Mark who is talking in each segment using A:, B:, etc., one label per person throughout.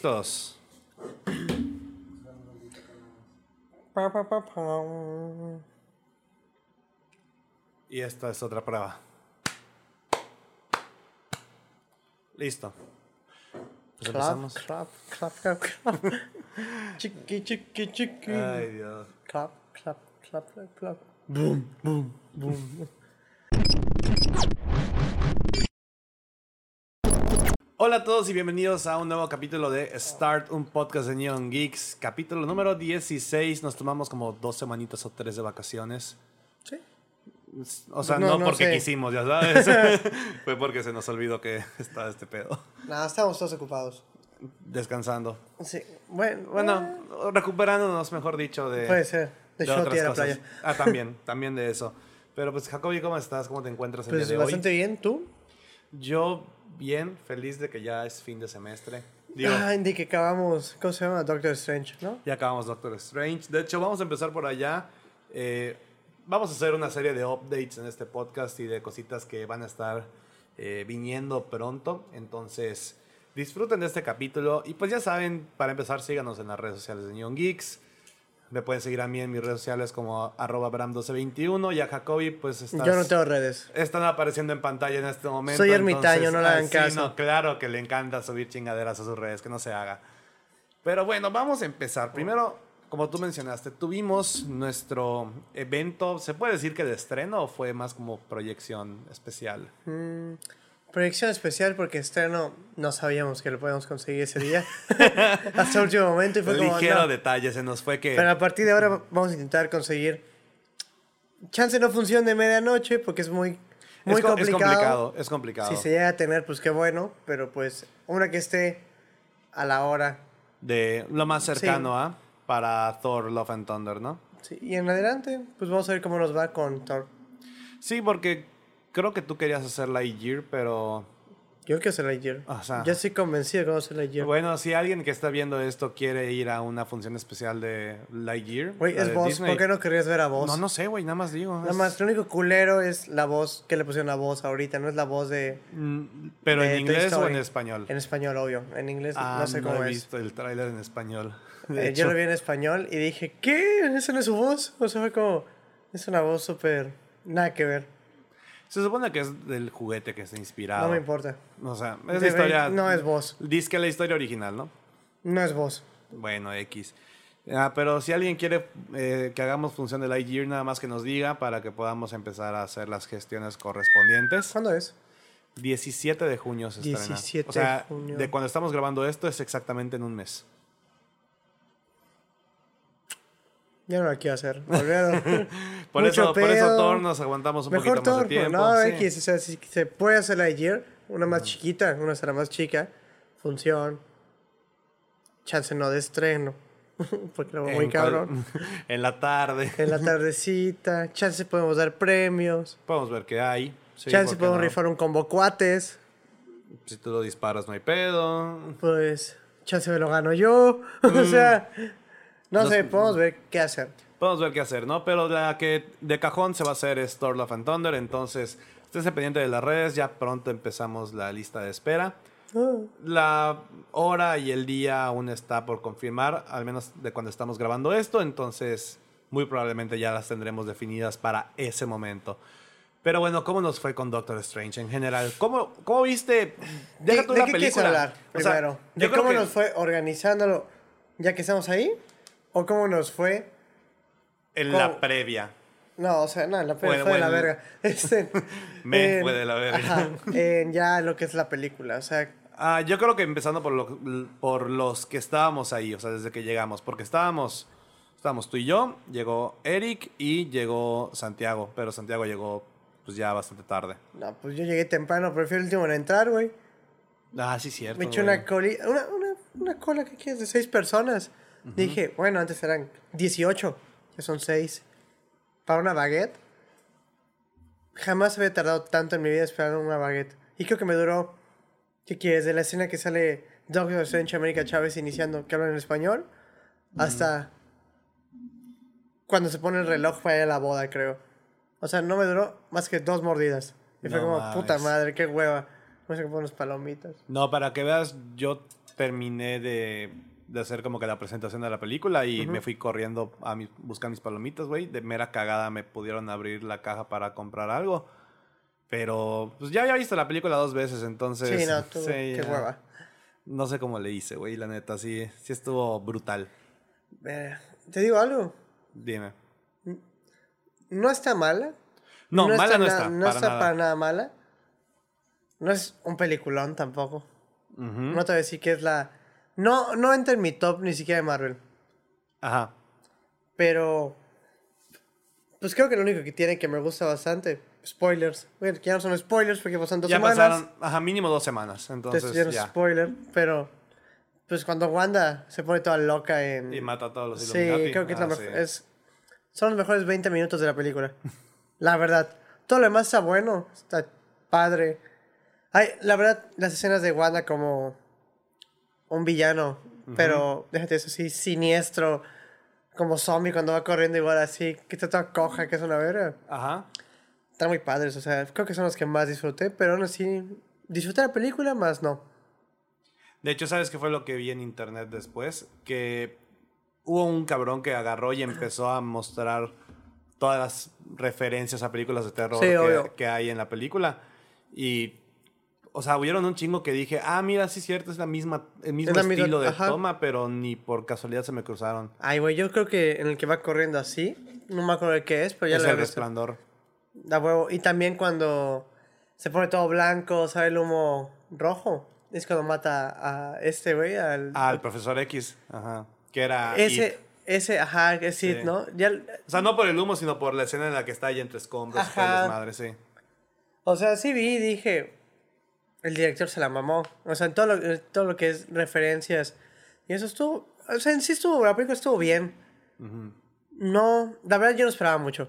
A: Listos.
B: Pa, pa, pa, um. pam.
A: Y esta es otra prueba. Listo. Pues
B: Clap,
A: empezamos.
B: clap, clap, clap, clap. chiqui, chiqui, chiqui.
A: Ay, Dios.
B: Clap, clap, clap, clap, clap.
A: Hola a todos y bienvenidos a un nuevo capítulo de Start, un podcast de Neon Geeks. Capítulo número 16. Nos tomamos como dos semanitas o tres de vacaciones.
B: Sí.
A: O sea, no,
B: No, no
A: porque
B: sé.
A: quisimos, ya sabes. Fue porque se nos olvidó que estaba este pedo.
B: Nada, estábamos todos ocupados.
A: Descansando.
B: Sí. Bueno, bueno.
A: Bueno, recuperándonos, mejor dicho, de...
B: Puede ser. Eh, De,
A: de
B: shot y
A: otras
B: a la
A: cosas.
B: playa.
A: Ah, también, también de eso. Pero pues, Jacobi, ¿cómo estás? ¿Cómo te encuentras el
B: Pues
A: día de
B: bastante bien, ¿tú?
A: hoy? Yo bien, feliz de que ya es fin de semestre. Digo,
B: Ay, de que acabamos. Ah, ¿Cómo se llama? Doctor Strange, ¿no?
A: ya acabamos Doctor Strange. De hecho, vamos a empezar por allá. Eh, vamos a hacer una serie de updates en este podcast y de cositas que van a estar eh, viniendo pronto. Entonces, disfruten de este capítulo. Y pues ya saben, para empezar, síganos en las redes sociales de Neon Geeks. Me pueden seguir a mí en mis redes sociales como arroba bram1221 y a Jacobi pues estás...
B: Yo no tengo redes.
A: Están apareciendo en pantalla en este momento.
B: Soy ermitaño, no le hagan
A: ah, sí,
B: caso.
A: no, claro que le encanta subir chingaderas a sus redes, que no se haga. Pero bueno, vamos a empezar. Primero, como tú mencionaste, tuvimos nuestro evento, ¿se puede decir que de estreno o fue más como proyección especial?
B: Proyección especial porque estreno no sabíamos que lo podíamos conseguir ese día. Hasta el último momento y fue como.
A: Ligero
B: no.
A: detalle, se nos fue que...
B: Pero a partir de ahora vamos a intentar conseguir. Chance no funcione medianoche porque es muy,
A: es
B: muy
A: co- es,
B: complicado.
A: complicado. Es complicado.
B: Si se llega a tener, pues qué bueno. Pero pues una que esté a la hora.
A: De lo más cercano a para Thor, Love and Thunder, ¿no?
B: Sí, y en adelante, pues vamos a ver cómo nos va con Thor.
A: Sí, porque creo que tú querías hacer Lightyear, pero
B: Yo quiero ser Lightyear.
A: O sea-
B: Yo estoy convencido que vamos a ser Lightyear.
A: Bueno, si alguien que está viendo esto quiere ir a una función especial de Lightyear,
B: Güey,
A: la
B: es
A: de
B: vos.
A: Disney.
B: ¿Por qué no querías ver a vos?
A: No, no sé, güey, nada más digo.
B: Nada
A: es-
B: más, lo único culero es la voz que le pusieron la voz ahorita, no es la voz de.
A: Mm, Pero
B: de
A: en
B: Toy
A: inglés o
B: Story.
A: en español.
B: En español, obvio. En inglés
A: Ah,
B: no sé cómo
A: he
B: es.
A: visto el tráiler en español. de
B: Eh, yo
A: hecho.
B: lo vi en español y dije, ¿qué? ¿Esa no es su voz? O sea, fue como, es una voz súper, nada que ver,
A: Se supone que es del juguete que está inspirado.
B: no me importa.
A: O sea, es
B: De
A: la historia.
B: ver- No es voz,
A: Dice que la historia original, ¿no?
B: no es voz.
A: Bueno, X. Ah, pero si alguien quiere eh, que hagamos función de Lightyear, nada más que nos diga para que podamos empezar a hacer las gestiones correspondientes.
B: ¿Cuándo es?
A: 17 de junio se estrena.
B: 17
A: o sea,
B: de junio.
A: de cuando estamos grabando esto es exactamente en un mes.
B: Ya no la quiero hacer, volvieron.
A: Por
B: Mucho
A: eso, por eso
B: pedo.
A: Thor nos aguantamos un
B: Mejor
A: poquito más de
B: Thor, pues,
A: tiempo.
B: no,
A: sí.
B: X, o sea, si se puede hacer la ayer, una más chiquita, una será más chica, función, chance no de estreno, porque lo veo muy
A: En cual-
B: cabrón.
A: En la tarde.
B: En la tardecita, chance podemos dar premios,
A: Podemos ver qué hay. Sí, ¿por
B: chance
A: qué
B: podemos
A: no?
B: rifar un combo cuates.
A: Si tú lo disparas, no hay pedo.
B: pues chance me lo gano yo. o sea, no
A: Mm. Nos-
B: sé, podemos ver qué hacer.
A: Podemos ver qué hacer, ¿no? Pero la que de cajón se va a hacer es Thor Love and Thunder. Entonces, esténse pendiente de las redes. Ya pronto empezamos la lista de espera.
B: Ah,
A: La hora y el día aún está por confirmar, al menos de cuando estamos grabando esto, entonces muy probablemente ya las tendremos definidas para ese momento. Pero bueno, ¿cómo nos fue con Doctor Strange en general? ¿Cómo, cómo viste? Deja
B: ¿De,
A: tú
B: de
A: la
B: qué quieres
A: película.
B: hablar
A: O sea,
B: primero?
A: yo
B: ¿De
A: creo
B: cómo
A: que-
B: nos fue organizándolo ya que estamos ahí? ¿O cómo nos fue?
A: En
B: cómo-
A: la previa.
B: No, o sea, no, la peli
A: Bueno,
B: fue de la
A: bueno.
B: verga. Este,
A: Me fue de la verga.
B: ajá, en ya lo que es la película, o sea,
A: Ah, yo creo que empezando por, lo- por los que estábamos ahí, o sea, desde que llegamos, porque estábamos, estábamos tú y yo, llegó Eric y llegó Santiago, pero Santiago llegó pues ya bastante tarde.
B: no, pues yo llegué temprano, pero fui el último en entrar, güey.
A: Ah, sí, cierto.
B: Me eché
A: güey.
B: una, coli- una, una, una cola que quieres de seis personas. Dije, bueno, antes eran 18, ya son seis. Para una baguette. Jamás había tardado tanto en mi vida esperando una baguette. Y creo que me duró, ¿qué quieres? De la escena que sale Doctor Strange América Chávez iniciando, que hablan en español, hasta cuando se pone el reloj para ir a la boda, creo. O sea, no me duró más que dos mordidas. Y fue
A: No
B: como,
A: mames.
B: puta madre, qué hueva. No sé qué poner unas palomitas.
A: No, para que veas, yo terminé de, de hacer como que la presentación de la película y me fui corriendo a mi- buscar mis palomitas, güey. De mera cagada me pudieron abrir la caja para comprar algo. Pero pues ya había visto la película dos veces, entonces...
B: Sí, no, tú,
A: sí,
B: qué
A: ya.
B: hueva.
A: No sé cómo le hice, güey, la neta, sí, sí estuvo brutal.
B: Verga. Te digo algo.
A: Dime.
B: No está mala.
A: No, mala no
B: na-
A: está,
B: No
A: para
B: está
A: nada.
B: para nada mala. No es un peliculón tampoco.
A: Ujú.
B: No te voy a decir que es la. No, no entra en mi top ni siquiera de Marvel.
A: Ajá.
B: Pero. Pues creo que lo único que tiene que me gusta bastante. Spoilers. Bueno, que ya no son spoilers porque pasan dos
A: ya
B: semanas.
A: pasaron, ajá, mínimo dos semanas, entonces
B: Entonces ya no es
A: ya.
B: spoiler. Pero. Pues cuando Wanda se pone toda loca en.
A: Y mata a todos los
B: Sí,
A: Illuminati.
B: creo que es la
A: Ah,
B: mejor-
A: sí.
B: es- son los mejores 20 minutos de la película. la verdad. Todo lo demás está bueno, está padre. Ay, la verdad, las escenas de Wanda como un villano, pero déjate eso así, siniestro, como zombie cuando va corriendo igual así, que está toda coja, que es una verga.
A: Ajá.
B: Están muy padres, o sea, creo que son los que más disfruté, pero aún así, disfruté la película, más no.
A: De hecho, ¿sabes qué fue lo que vi en internet después? Que hubo un cabrón que agarró y empezó a mostrar todas las referencias a películas de terror
B: Sí,
A: que,
B: obvio.
A: que hay en la película. Y, o sea, hubieron un chingo que dije, ah, mira, sí es cierto, es la misma, el mismo
B: la misma-
A: estilo de
B: ajá.
A: toma, pero ni por casualidad se me cruzaron.
B: Ay, güey, yo creo que en el que va corriendo así, no me acuerdo de qué es, pero ya
A: es
B: lo he
A: el
B: visto.
A: resplandor.
B: Da huevo. Y también cuando se pone todo blanco, sale el humo rojo. Es cuando mata a este güey, al...
A: Ah, el profesor X. Ajá. Que era.
B: ese,
A: It.
B: ese, ajá, es
A: Sí.
B: It, ¿no? Ya,
A: O sea, no por el humo, sino por la escena en la que está ahí entre escombros. y todo el
B: Ajá.
A: desmadre, sí.
B: o sea, sí vi y dije, el director se la mamó. O sea, en todo lo, en todo lo que es referencias. Y eso estuvo, o sea, en sí estuvo, la película estuvo bien. No, la verdad yo no esperaba mucho.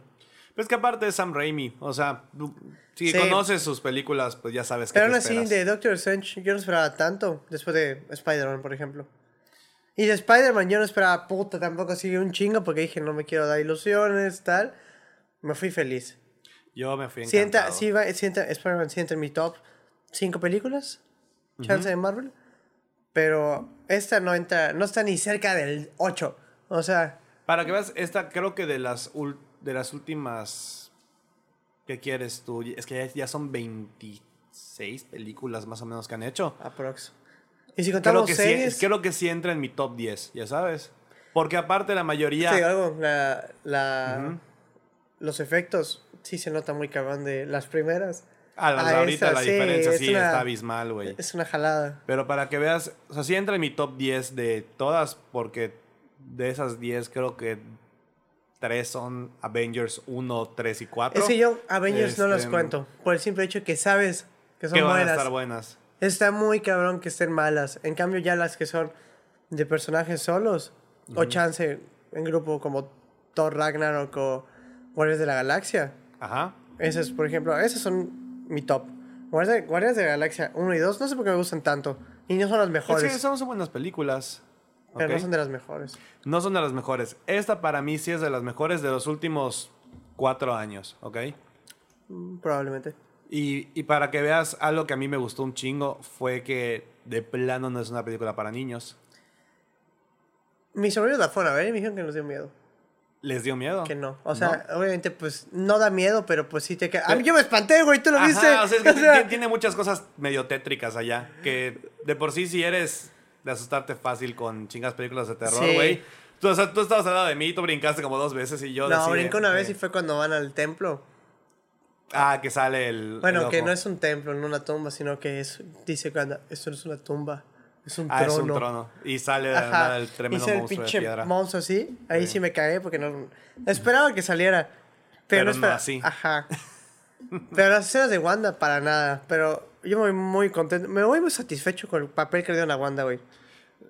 A: Pero es que aparte es Sam Raimi. O sea, tú- si
B: Sí.
A: conoces sus películas, pues ya sabes que
B: Pero
A: te
B: aún así,
A: esperas.
B: de Doctor Strange, yo no esperaba tanto. Después de Spider-Man, por ejemplo. Y de Spider-Man, yo no esperaba puta tampoco así un chingo porque dije, no me quiero dar ilusiones, tal. Me fui feliz.
A: Yo me fui
B: Sienta,
A: encantado.
B: sí, va, sí entra- Spider-Man sí entra en mi top 5 películas. Chance de Marvel. Pero esta no entra, no está ni cerca del 8. O sea,
A: Para que veas, esta creo que de las, ul- de las últimas que quieres tú. Es que ya, ya son 26 películas más o menos que han hecho.
B: aprox. Y si
A: Creo
B: contamos
A: que, sí,
B: series,
A: creo que sí entra en mi top 10, ya sabes. Porque aparte la mayoría...
B: te digo algo, la, la- los efectos sí se nota muy cabrón de las primeras.
A: A la,
B: Ah,
A: de ahorita
B: esa,
A: la
B: sí,
A: diferencia
B: es
A: sí
B: una-
A: está abismal, güey.
B: Es una jalada.
A: Pero para que veas, o sea, sí entra en mi top 10 de todas, porque de esas 10 creo que 3 son Avengers 1, 3 y 4.
B: Es que yo Avengers no las
A: Este,
B: cuento, por el simple hecho que sabes que son
A: Que van a
B: buenas.
A: estar buenas.
B: Está muy cabrón que estén malas. En cambio ya las que son de personajes solos o chance en grupo como Thor Ragnarok o Guardias de la Galaxia.
A: Ajá.
B: Esas, por ejemplo, esas son mi top. Guardias de, Guardias de la Galaxia 1 y 2 no sé por qué me gustan tanto. Y no son las
A: Es
B: mejores,
A: que son, son buenas películas.
B: pero
A: ¿ok?
B: no son de las mejores.
A: de las mejores. Esta para mí sí es de las mejores de los últimos 4 años, ¿ok?
B: Mm, Probablemente.
A: Y, y para que veas, algo que a mí me gustó un chingo fue que de plano no es una película para niños.
B: Mi sobrino la fueron a ver y me dijeron que nos dio miedo.
A: ¿Les dio miedo?
B: Que no. O sea, obviamente, pues no da miedo, pero pues sí te queda. A mí yo me espanté, güey, tú lo
A: Ajá,
B: viste.
A: o sea, es que
B: O sea,
A: ti- tiene muchas cosas medio tétricas allá. Que de por sí, si eres de asustarte fácil con chingas películas de terror,
B: Sí.
A: güey. Tú, o sea, tú estabas al lado de mí, tú brincaste como dos veces y yo.
B: no,
A: así de-
B: brinco una
A: de-
B: vez y fue cuando van al templo.
A: Ah, que sale el.
B: Bueno,
A: el
B: que
A: ojo.
B: no es un templo, no una tumba, sino que es. Dice cuando. Esto no es una tumba, es un
A: Ah,
B: trono.
A: es un trono. Y sale de la nada
B: Ajá.
A: el tremendo
B: Hice el
A: monstruo de
B: pinche
A: piedra.
B: monstruo así. Ahí
A: Sí.
B: sí. me cagué porque no. Esperaba que saliera.
A: Pero
B: Pero,
A: no
B: no esperaba.
A: así.
B: Ajá. pero las escenas de Wanda, para nada. Pero yo me voy muy contento. Me voy muy satisfecho con el papel que le dieron a Wanda, güey.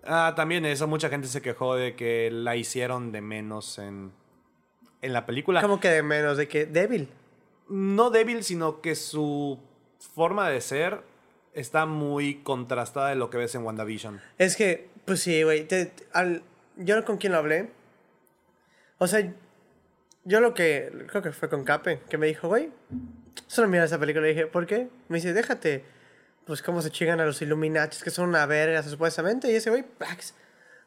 A: Ah, también eso. Mucha gente se quejó de que la hicieron de menos en, en la película.
B: Como que de menos, de que débil.
A: no débil, sino que su forma de ser está muy contrastada de lo que ves en WandaVision.
B: Es que, pues sí, güey. te- te- al- Yo con quien lo hablé. O sea, yo lo que. Creo que fue con Cape, que me dijo, güey, solo mira esa película. Le dije, ¿por qué? Me dice, déjate. pues cómo se chingan a los Illuminatis, que son una verga supuestamente, y ese güey, pax.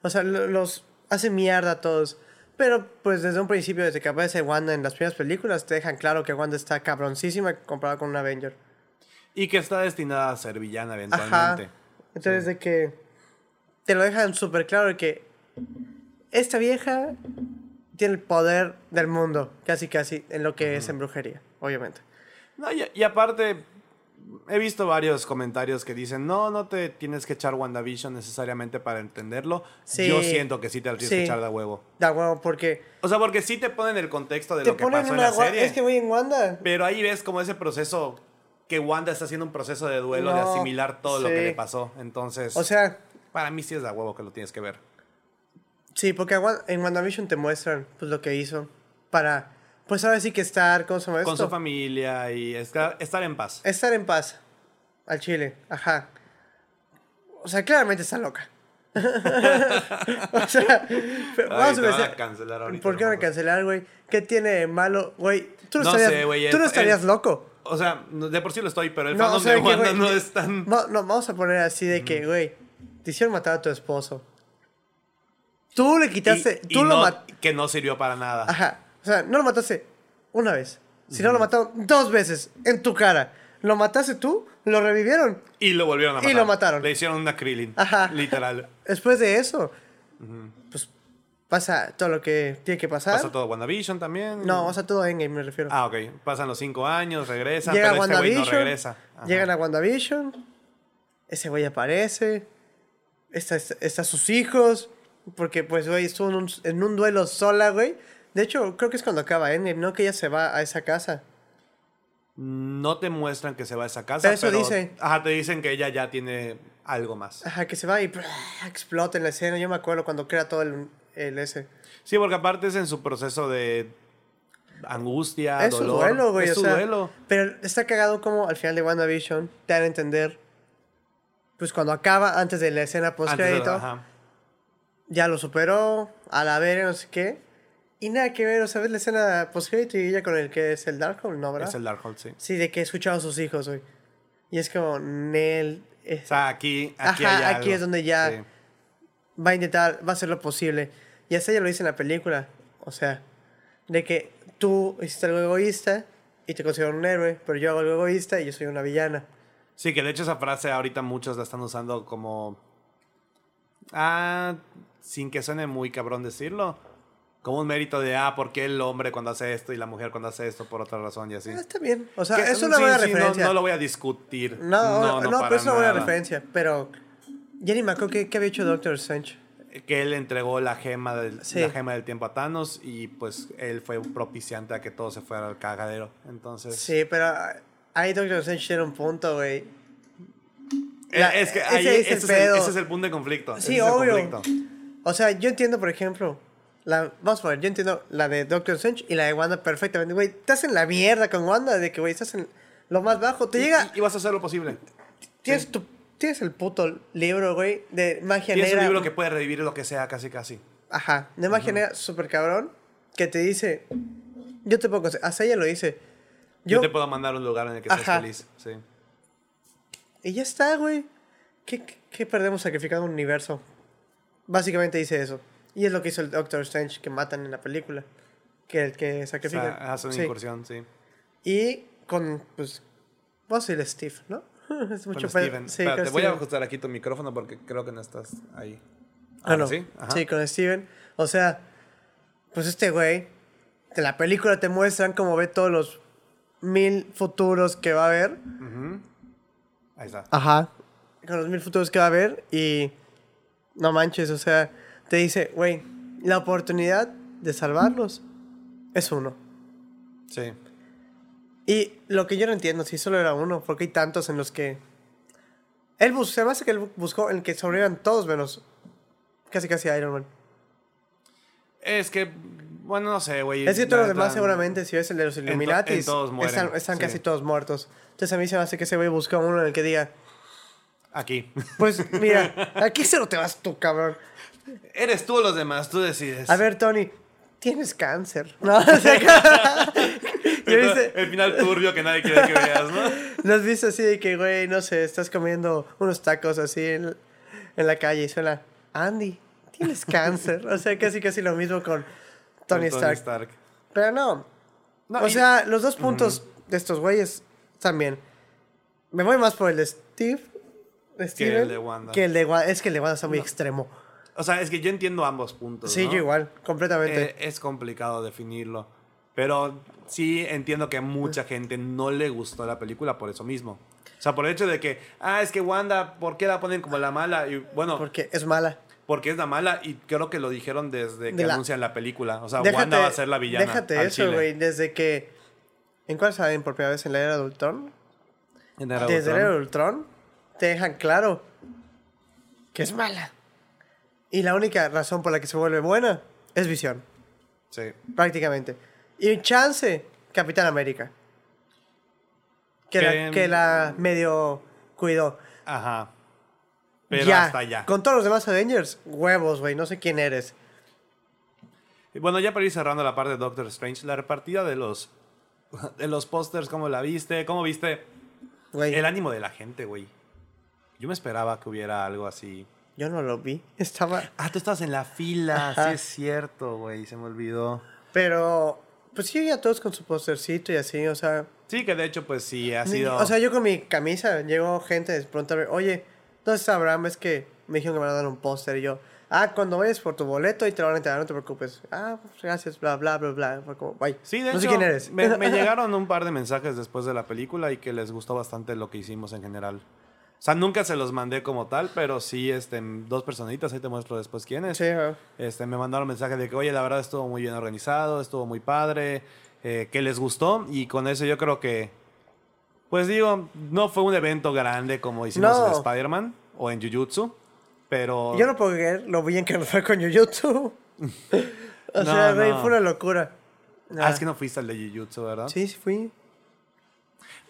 B: O sea, lo- los hace mierda a todos. Pero pues desde un principio, desde que aparece Wanda en las primeras películas, te dejan claro que Wanda está cabroncísima comparada con un Avenger.
A: Y que está destinada a ser villana
B: Ajá.
A: eventualmente.
B: Entonces de que te lo dejan súper claro de que esta vieja tiene el poder del mundo, casi casi, en lo que es en brujería, obviamente.
A: No, y, y aparte, he visto varios comentarios que dicen, no, no te tienes que echar WandaVision necesariamente para entenderlo.
B: Sí.
A: Yo siento que sí te la tienes
B: Sí.
A: que echar de huevo.
B: Da huevo, porque
A: O sea, porque sí te ponen el contexto de
B: te
A: lo que
B: ponen
A: pasó en
B: una
A: la
B: gua-
A: serie.
B: Es que voy en Wanda.
A: Pero ahí ves como ese proceso que Wanda está haciendo un proceso de duelo, de
B: No,
A: asimilar todo lo que
B: sí.
A: le pasó. Entonces,
B: O sea,
A: para mí sí es de huevo que lo tienes que ver.
B: sí, porque a Wan- en WandaVision te muestran pues, lo que hizo para, pues ahora sí que estar, ¿cómo se llama
A: Con
B: esto?
A: su familia y estar, estar en paz.
B: Estar en paz al Chile, ajá. O sea, claramente está loca. o sea, pero
A: Ay,
B: Eh, vamos
A: te
B: a
A: van a
B: pensar,
A: cancelar ahorita,
B: ¿Por qué van a
A: hermoso.
B: cancelar, güey? ¿Qué tiene de malo, güey? Tú no,
A: No
B: estarías,
A: sé, güey,
B: tú no
A: el-
B: estarías
A: el-
B: loco.
A: O sea, no- de por sí lo estoy, pero el
B: No,
A: fandom
B: o sea,
A: de
B: que,
A: Wanda
B: güey,
A: no es tan...
B: No, no, vamos a poner así de que, güey, te hicieron matar a tu esposo. Tú le quitaste,
A: y- y
B: tú lo
A: no-
B: mataste.
A: Que no sirvió para nada.
B: Ajá. O sea, no lo mataste una vez, sino lo mataron dos veces en tu cara. Lo mataste tú, lo revivieron.
A: Y lo volvieron a
B: Y
A: matar.
B: lo mataron.
A: Le hicieron una Krillin.
B: Ajá.
A: Literal.
B: Después de eso, pues pasa todo lo que tiene que pasar.
A: Pasa todo WandaVision también.
B: No, o sea, todo Endgame me refiero.
A: Ah, ok. Pasan los cinco años, regresan,
B: Llega
A: pero este güey no
B: WandaVision,
A: regresa. Ajá.
B: llegan a WandaVision, ese güey aparece, está, está, está sus hijos, porque pues, güey, estuvo en un, en un duelo sola, güey. De hecho, creo que es cuando acaba Endgame, ¿no? Que ella se va a esa casa.
A: No te muestran que se va a esa casa.
B: Pero eso dice.
A: Ajá, te dicen que ella ya tiene algo más.
B: Ajá, que se va y ¡bra! explota en la escena. Yo me acuerdo cuando crea todo el, el ese.
A: Sí, porque aparte es en su proceso de angustia,
B: es su
A: Ah, dolor.
B: duelo, güey.
A: Es su
B: o sea,
A: duelo.
B: Pero está cagado como al final de WandaVision te dan a entender, pues cuando acaba, antes de la escena
A: Antes de-
B: post-crédito,
A: ajá.
B: ya lo superó, a la verga, no sé qué. Y nada que ver, o sea, ves la escena post-crédito y ella con el que es el Darkhold, ¿no, verdad?
A: Es el Darkhold, sí.
B: Sí, de que he escuchado a sus hijos, güey. Y es como, Nel
A: O
B: eh, es-
A: sea, aquí, aquí,
B: Ajá,
A: hay
B: aquí
A: algo.
B: es donde ya-
A: Sí.
B: va a intentar, va a hacer lo posible. Y hasta ella lo dice en la película, o sea, de que tú hiciste algo egoísta y te considero un héroe, pero yo hago algo egoísta y yo soy una villana.
A: Sí, que de hecho esa frase ahorita muchos la están usando como. Ah, sin que suene muy cabrón decirlo. Como un mérito de, ah, porque el hombre cuando hace esto y la mujer cuando hace esto por otra razón y así?
B: Ah, Está bien, o sea,
A: Que- mm,
B: es una
A: sí,
B: buena
A: sí, no-
B: referencia.
A: No, lo voy a discutir.
B: No, no, no,
A: para
B: pero es una buena
A: nada.
B: referencia. Pero Jenny me acuerdo que, que había hecho Doctor Strange.
A: Que él entregó la gema, del,
B: Sí.
A: la gema del tiempo a Thanos y pues él fue un propiciante a que todo se fuera al cagadero. Entonces.
B: Sí, pero ah, ahí Doctor Strange tiene un punto, güey.
A: Eh,
B: La-
A: es que
B: ese
A: ahí,
B: es el
A: ese, es
B: pedo.
A: el, ese es el punto de conflicto.
B: Sí,
A: Ah, ese es el
B: obvio.
A: conflicto.
B: O sea, yo entiendo, por ejemplo, la, vamos a ver, yo entiendo la de Doctor Strange y la de Wanda perfectamente. Güey, estás en la mierda con Wanda, de que, güey, estás en lo más bajo. Te llega,
A: Y, y vas a hacer lo posible.
B: tienes, tu, tienes el puto libro, güey, de magia
A: Tienes un
B: negra.
A: libro que puede revivir lo que sea, casi, casi.
B: Ajá, de magia negra súper cabrón, que te dice, yo te puedo conseguir, hasta ella lo dice.
A: Yo, te puedo mandar a un lugar en el que
B: Ajá.
A: estés feliz. Sí.
B: Y ya está, güey. ¿Qué, qué- qué perdemos sacrificando un universo? Básicamente dice eso. Y es lo que hizo el Doctor Strange que matan en la película. Que el que
A: O sea,
B: sacrifica.
A: hace una
B: Sí.
A: incursión, sí.
B: Y con, pues, vamos a decirle Steve, ¿no? es mucho
A: Con
B: pe-
A: Steven.
B: Sí,
A: Espérate,
B: con
A: voy a
B: Steven.
A: ajustar aquí tu micrófono porque creo que no estás ahí.
B: Ah, no.
A: ¿Sí? Ajá.
B: Sí, con Steven. O sea, pues este güey, en la película te muestran cómo ve todos los mil futuros que va a haber.
A: Ahí está.
B: Ajá. Con los mil futuros que va a haber y no manches, o sea, te dice, güey, la oportunidad de salvarlos es uno.
A: Sí.
B: Y lo que yo no entiendo, si solo era uno, porque hay tantos en los que... Él buscó, se me hace que él buscó en que sobrevivan todos menos casi casi Iron Man.
A: Es que, bueno, no sé, güey.
B: Es que
A: La
B: todos los
A: neta,
B: demás seguramente, si ves el de los
A: to-
B: Illuminati,
A: en todos mueren,
B: están, están
A: sí.
B: casi todos muertos. Entonces a mí se me hace que ese güey buscó uno en el que diga,
A: Aquí.
B: pues mira, aquí solo te vas tú, cabrón.
A: Eres tú o los demás, tú decides.
B: A ver, Tony, tienes cáncer. No, o sea, ¿Ya viste?
A: El final turbio que nadie quiere que veas, ¿no?
B: ¿No has visto así de que, güey, no sé, estás comiendo unos tacos así en, en la calle y suena, Andy, tienes cáncer? o sea, casi casi lo mismo con Tony
A: Con
B: Stark. Pero no.
A: No,
B: o
A: y-
B: sea, los dos puntos de estos güeyes también. Me voy más por el de Steve. de Steven,
A: el de Wanda.
B: que el de Wa- Es que el de Wanda está muy extremo.
A: O sea, es que yo entiendo ambos puntos.
B: Sí,
A: Pues ¿no?
B: yo igual, completamente.
A: Eh, es complicado definirlo. Pero sí entiendo que a mucha
B: Pues
A: gente no le gustó la película por eso mismo. O sea, por el hecho de que, ah, es que Wanda, ¿por qué la ponen como la mala? Y bueno,
B: porque es mala.
A: porque es la mala y creo que lo dijeron desde que
B: De la-
A: anuncian la película. O sea,
B: Déjate-
A: Wanda va a ser la villana.
B: Déjate
A: al
B: eso,
A: chile.
B: güey. Desde que. ¿En cuál salen por primera vez en la era de Ultron?
A: En Era de
B: Desde
A: Ultron.
B: la era de Ultron, te dejan claro que es mala. Y la única razón por la que se vuelve buena es visión,
A: Sí.
B: prácticamente. Y chance, Capitán América. Que, la,
A: Que-
B: que la medio cuidó.
A: Ajá. Pero hasta allá.
B: Con todos los demás Avengers, huevos, güey. No sé quién eres.
A: Y Bueno, ya para ir cerrando la parte de Doctor Strange, la repartida de los de los pósters, ¿cómo la viste? ¿Cómo viste
B: Güey,
A: el ánimo de la gente, güey? Yo me esperaba que hubiera algo así.
B: yo no lo vi. Estaba...
A: Ah, tú estás en la fila,
B: Ajá.
A: sí es cierto, güey, se me olvidó.
B: Pero, pues sí, ya todos con su postercito y así, o sea.
A: Sí, que de hecho, pues sí, ha
B: ni-
A: sido...
B: O sea, yo con mi camisa, llegó gente de pronto a ver, oye, ¿dónde está Abraham? Es que me dijeron que me van a dar un póster y yo, ah, cuando vayas por tu boleto y te lo van a entregar, no te preocupes. Ah, pues, gracias, bla, bla, bla, bla. Fue como, bye.
A: Sí, de
B: no
A: hecho,
B: sé quién eres.
A: Me, me llegaron un par de mensajes después de la película y que les gustó bastante lo que hicimos en general. O sea, nunca se los mandé como tal, pero sí, este, dos personitas, ahí te muestro después quiénes.
B: Sí, ah. güey.
A: Este, me mandaron mensajes de que, oye, la verdad estuvo muy bien organizado, estuvo muy padre, eh, que les gustó. Y con eso yo creo que, pues digo, no fue un evento grande como hicimos
B: No.
A: en Spider-Man o en Jujutsu, pero...
B: Yo no puedo creer lo bien que me fue con Jujutsu. o
A: No,
B: sea, güey,
A: no.
B: fue una locura.
A: Ah,
B: Nah.
A: es que no fuiste al de Jujutsu, ¿verdad?
B: Sí, sí fui.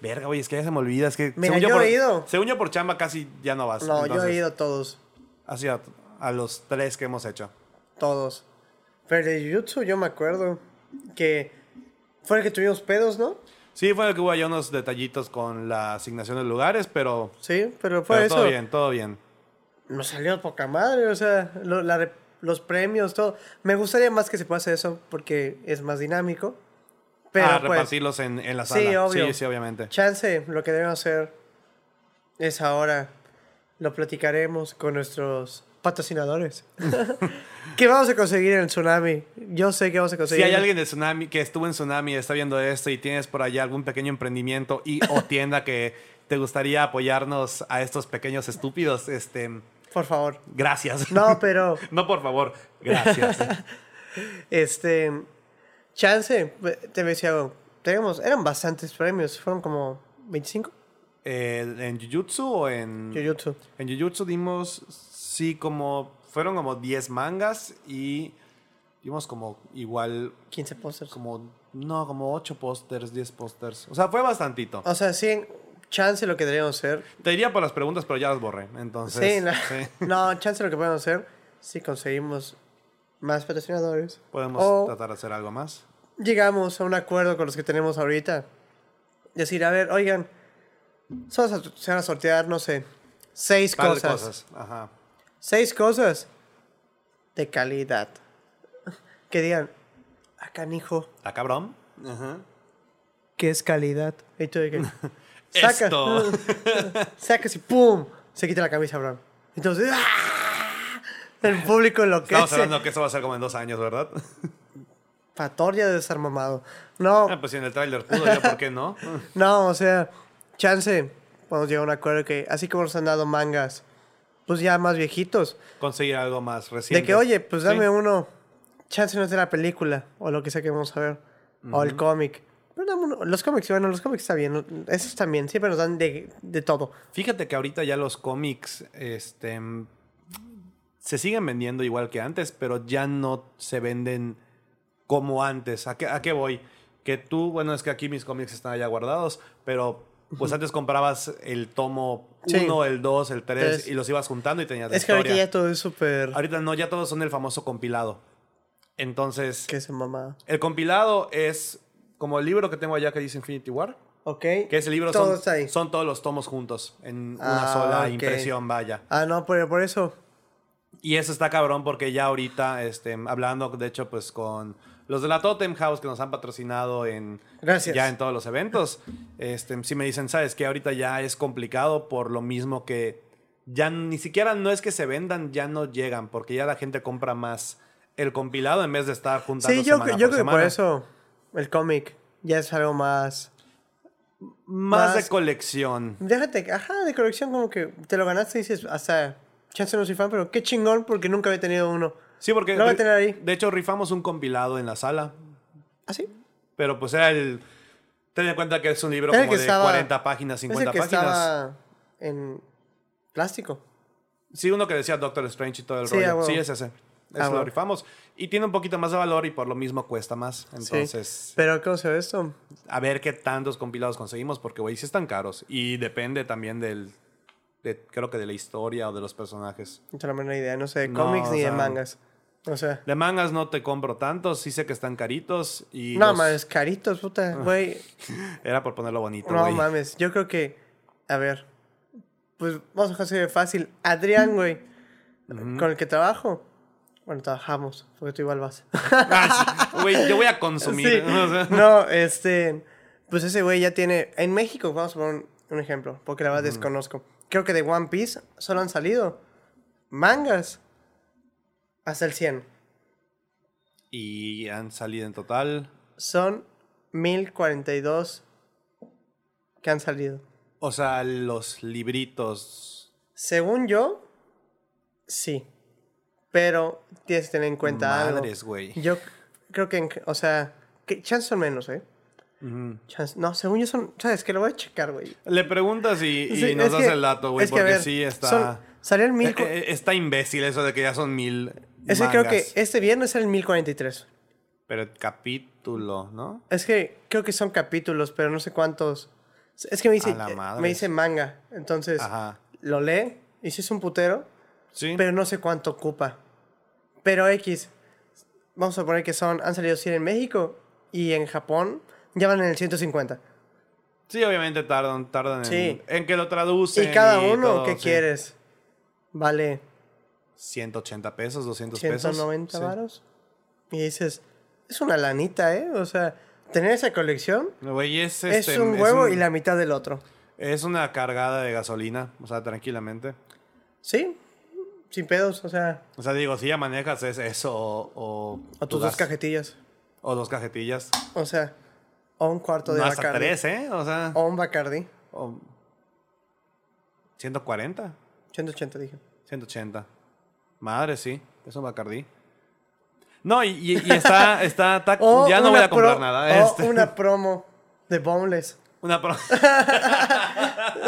A: Verga, güey, es que ya se me olvida, es que...
B: Mira, yo
A: por,
B: he ido.
A: Según yo por chamba casi ya no vas.
B: No, yo he
A: entonces,
B: ido a todos.
A: así a, a los tres que hemos hecho.
B: Todos. Pero de Jujutsu yo me acuerdo que fue el que tuvimos pedos, ¿no?
A: Sí, fue que hubo ahí unos detallitos con la asignación de lugares, pero...
B: Sí, pero fue
A: pero
B: eso.
A: todo bien, todo bien.
B: Nos salió poca madre, o sea, lo- la re- los premios, todo. Me gustaría más que se pase eso porque es más dinámico. Pero
A: ah,
B: pues,
A: repartirlos en, en la
B: sí,
A: sala. Sí,
B: obvio.
A: Sí, obviamente.
B: chance, lo que debemos hacer es ahora lo platicaremos con nuestros patrocinadores. ¿Qué vamos a conseguir en el tsunami? Yo sé que vamos a
A: Si
B: conseguir.
A: hay alguien de Tsunami que estuvo en Tsunami, está viendo esto y tienes por allá algún pequeño emprendimiento y o tienda que te gustaría apoyarnos a estos pequeños estúpidos, este,
B: Por favor.
A: gracias.
B: No, pero
A: No, por favor, gracias.
B: Este. Chance, te decía algo. Tenemos, eran bastantes premios, fueron como 25
A: Eh, ¿En Jujutsu o en...?
B: Jujutsu.
A: En Jujutsu dimos, sí, como... Fueron como 10 mangas y dimos como igual,
B: 15 pósters.
A: como... No, como 8 pósters, 10 pósters. O sea, fue bastantito.
B: O sea, sí, chance lo que deberíamos hacer.
A: Te diría por las preguntas, pero ya las borré. Entonces,
B: sí, no,
A: Pues sí.
B: no, chance lo que podemos hacer si conseguimos más patrocinadores.
A: podemos
B: o
A: tratar de hacer algo más.
B: llegamos a un acuerdo con los que tenemos ahorita. Decir, a ver, oigan, solo se- se van a sortear, no sé, seis
A: Par de
B: cosas.
A: cosas. Ajá.
B: Seis cosas de calidad. Que digan, ah, canijo,
A: ¿Está cabrón?
B: ¿qué es calidad? Y tú de que, saca,
A: Esto.
B: sacas y ¡pum! Se quita la camisa, Abraham. Entonces, ¡ah! El público
A: Estamos
B: enloquece.
A: hablando que eso va a ser como en dos años, ¿verdad?
B: Factor ya de estar mamado. No,
A: Ah, pues si en el tráiler pudo, ya por qué no.
B: no, o sea, chance. Podemos llegar a un acuerdo que, así como nos han dado mangas, pues ya más viejitos,
A: Conseguir algo más reciente.
B: De que, oye, pues dame
A: Sí.
B: uno. Chance no es de la película o lo que sea que vamos a ver. O el cómic. Pero dame uno. Los cómics, bueno, los cómics está bien. no- Esos también. Siempre nos dan de, de todo.
A: Fíjate que ahorita ya los cómics este, mm, se siguen vendiendo igual que antes, pero ya no se venden como antes. ¿A qué, a qué voy? Que tú, bueno, es que aquí mis cómics están allá guardados, pero pues antes comprabas el tomo
B: Sí.
A: 1, el 2, el 3
B: Tres.
A: y los ibas juntando y tenías la
B: Es que ahorita
A: historia.
B: ya todo es súper.
A: Ahorita no, ya todos son el famoso compilado. Entonces,
B: Que se mamá.
A: el compilado es como el libro que tengo allá que dice Infinity War,
B: Ok.
A: que ese libro
B: Todo
A: son,
B: está ahí.
A: son todos los tomos juntos en una
B: Ah,
A: sola
B: ok.
A: impresión, vaya.
B: Ah, no, por, por eso.
A: Y eso está cabrón porque ya ahorita, este, hablando, de hecho, pues con los de la Totem House que nos han patrocinado en
B: Gracias.
A: ya en todos los eventos, este, si me dicen, sabes que ahorita ya es complicado por lo mismo que ya ni siquiera no es que se vendan, ya no llegan porque ya la gente compra más el compilado en vez de estar juntando.
B: Sí, yo,
A: semana
B: yo
A: por
B: creo que por
A: semana.
B: eso el cómic ya es algo más.
A: Más, de
B: más-
A: colección.
B: Déjate, ajá, de colección, como que te lo ganaste y dices, hasta. Chance no soy fan, pero qué chingón porque nunca había tenido uno.
A: Sí, porque
B: Lo voy a
A: de-
B: tener ahí.
A: de hecho rifamos un compilado en la sala
B: ¿Ah, sí?
A: Pero pues era el. Ten en cuenta que es un libro
B: Era el
A: como
B: que
A: de
B: estaba-
A: 40 páginas,
B: Es
A: 50
B: el que
A: páginas.
B: estaba en plástico.
A: Sí, uno que decía Doctor Strange y todo el
B: Sí,
A: rollo.
B: ah, huevo.
A: Sí, es ese. Ese
B: Ah,
A: lo
B: huevo.
A: rifamos. Y tiene un poquito más de valor y por lo mismo cuesta más.
B: Sí.
A: Entonces,
B: Pero, ¿cómo se ve esto?
A: a ver qué tantos compilados conseguimos, porque, güey, sí están caros. Y depende también del. de- creo que de la historia o de los personajes.
B: No tengo la menor idea, no sé, de
A: No,
B: cómics
A: o
B: ni
A: sea,
B: de mangas. O sea,
A: De mangas no te compro tantos, sí sé que están caritos. Y
B: no
A: los- Ah,
B: mames, caritos, puta, güey.
A: Era por ponerlo bonito,
B: No
A: güey.
B: mames, yo creo que. A ver. Pues vamos a hacer fácil. Adrián, güey, con el que trabajo. Bueno, trabajamos, porque tú igual vas.
A: Ah, sí. Güey, yo voy a consumir.
B: Sí.
A: O sea,
B: No, este. Pues ese güey ya tiene. En México, vamos a poner un, un ejemplo, porque la verdad desconozco. Creo que de One Piece solo han salido mangas hasta el 100.
A: Y han salido en total.
B: Son 1042 que han salido.
A: O sea, los libritos.
B: Según yo, sí. Pero tienes que tener en cuenta
A: Madres,
B: algo.
A: güey.
B: Yo creo que, en- o sea, que chance son menos, ¿eh? Chance- no, según yo son, ¿sabes? Que lo voy a checar, güey.
A: Le preguntas y, y
B: Sí,
A: nos
B: es
A: das
B: que-
A: el dato, güey,
B: es que, a
A: porque
B: ver,
A: sí está.
B: son- salió el mil...
A: Eh, eh, está imbécil eso de que ya son mil.
B: es que creo que
A: mangas.
B: este viernes sale el 1043.
A: Pero el capítulo, ¿no?
B: Es que creo que son capítulos, pero no sé cuántos. Es que me dice,
A: la madre.
B: me dice manga. Entonces,
A: Ajá.
B: lo lee y si es un putero,
A: Sí.
B: pero no sé cuánto ocupa. Pero X, vamos a poner que son, han salido 100 en México y en Japón ya van en el 150.
A: sí, obviamente tardan, tardan en-
B: Sí.
A: en, que lo traducen.
B: y cada uno,
A: todo,
B: ¿qué
A: sí.
B: quieres? Vale
A: 180 pesos, 200 pesos.
B: 190
A: sí.
B: varos. Y dices, es una lanita, ¿eh? O sea, tener esa colección
A: Güey, es,
B: es
A: este,
B: un huevo
A: un-
B: y la mitad del otro.
A: Es una cargada de gasolina, o sea, tranquilamente.
B: ¿Sí? Sin pedos, o sea,
A: O sea, digo, si ya manejas es eso o... O,
B: o tus
A: tú
B: dos
A: das-
B: cajetillas.
A: O dos cajetillas.
B: O sea, o un cuarto de
A: No, hasta
B: Bacardi.
A: tres, ¿eh? O sea...
B: O un Bacardi.
A: o- 140,
B: 180 dije.
A: 180. Madre, sí. Es un Bacardí. No, y, y- y está... está, está-
B: O
A: ya no voy
B: una
A: a comprar
B: pro-
A: nada.
B: O
A: este.
B: una promo de Boneless.
A: una pro-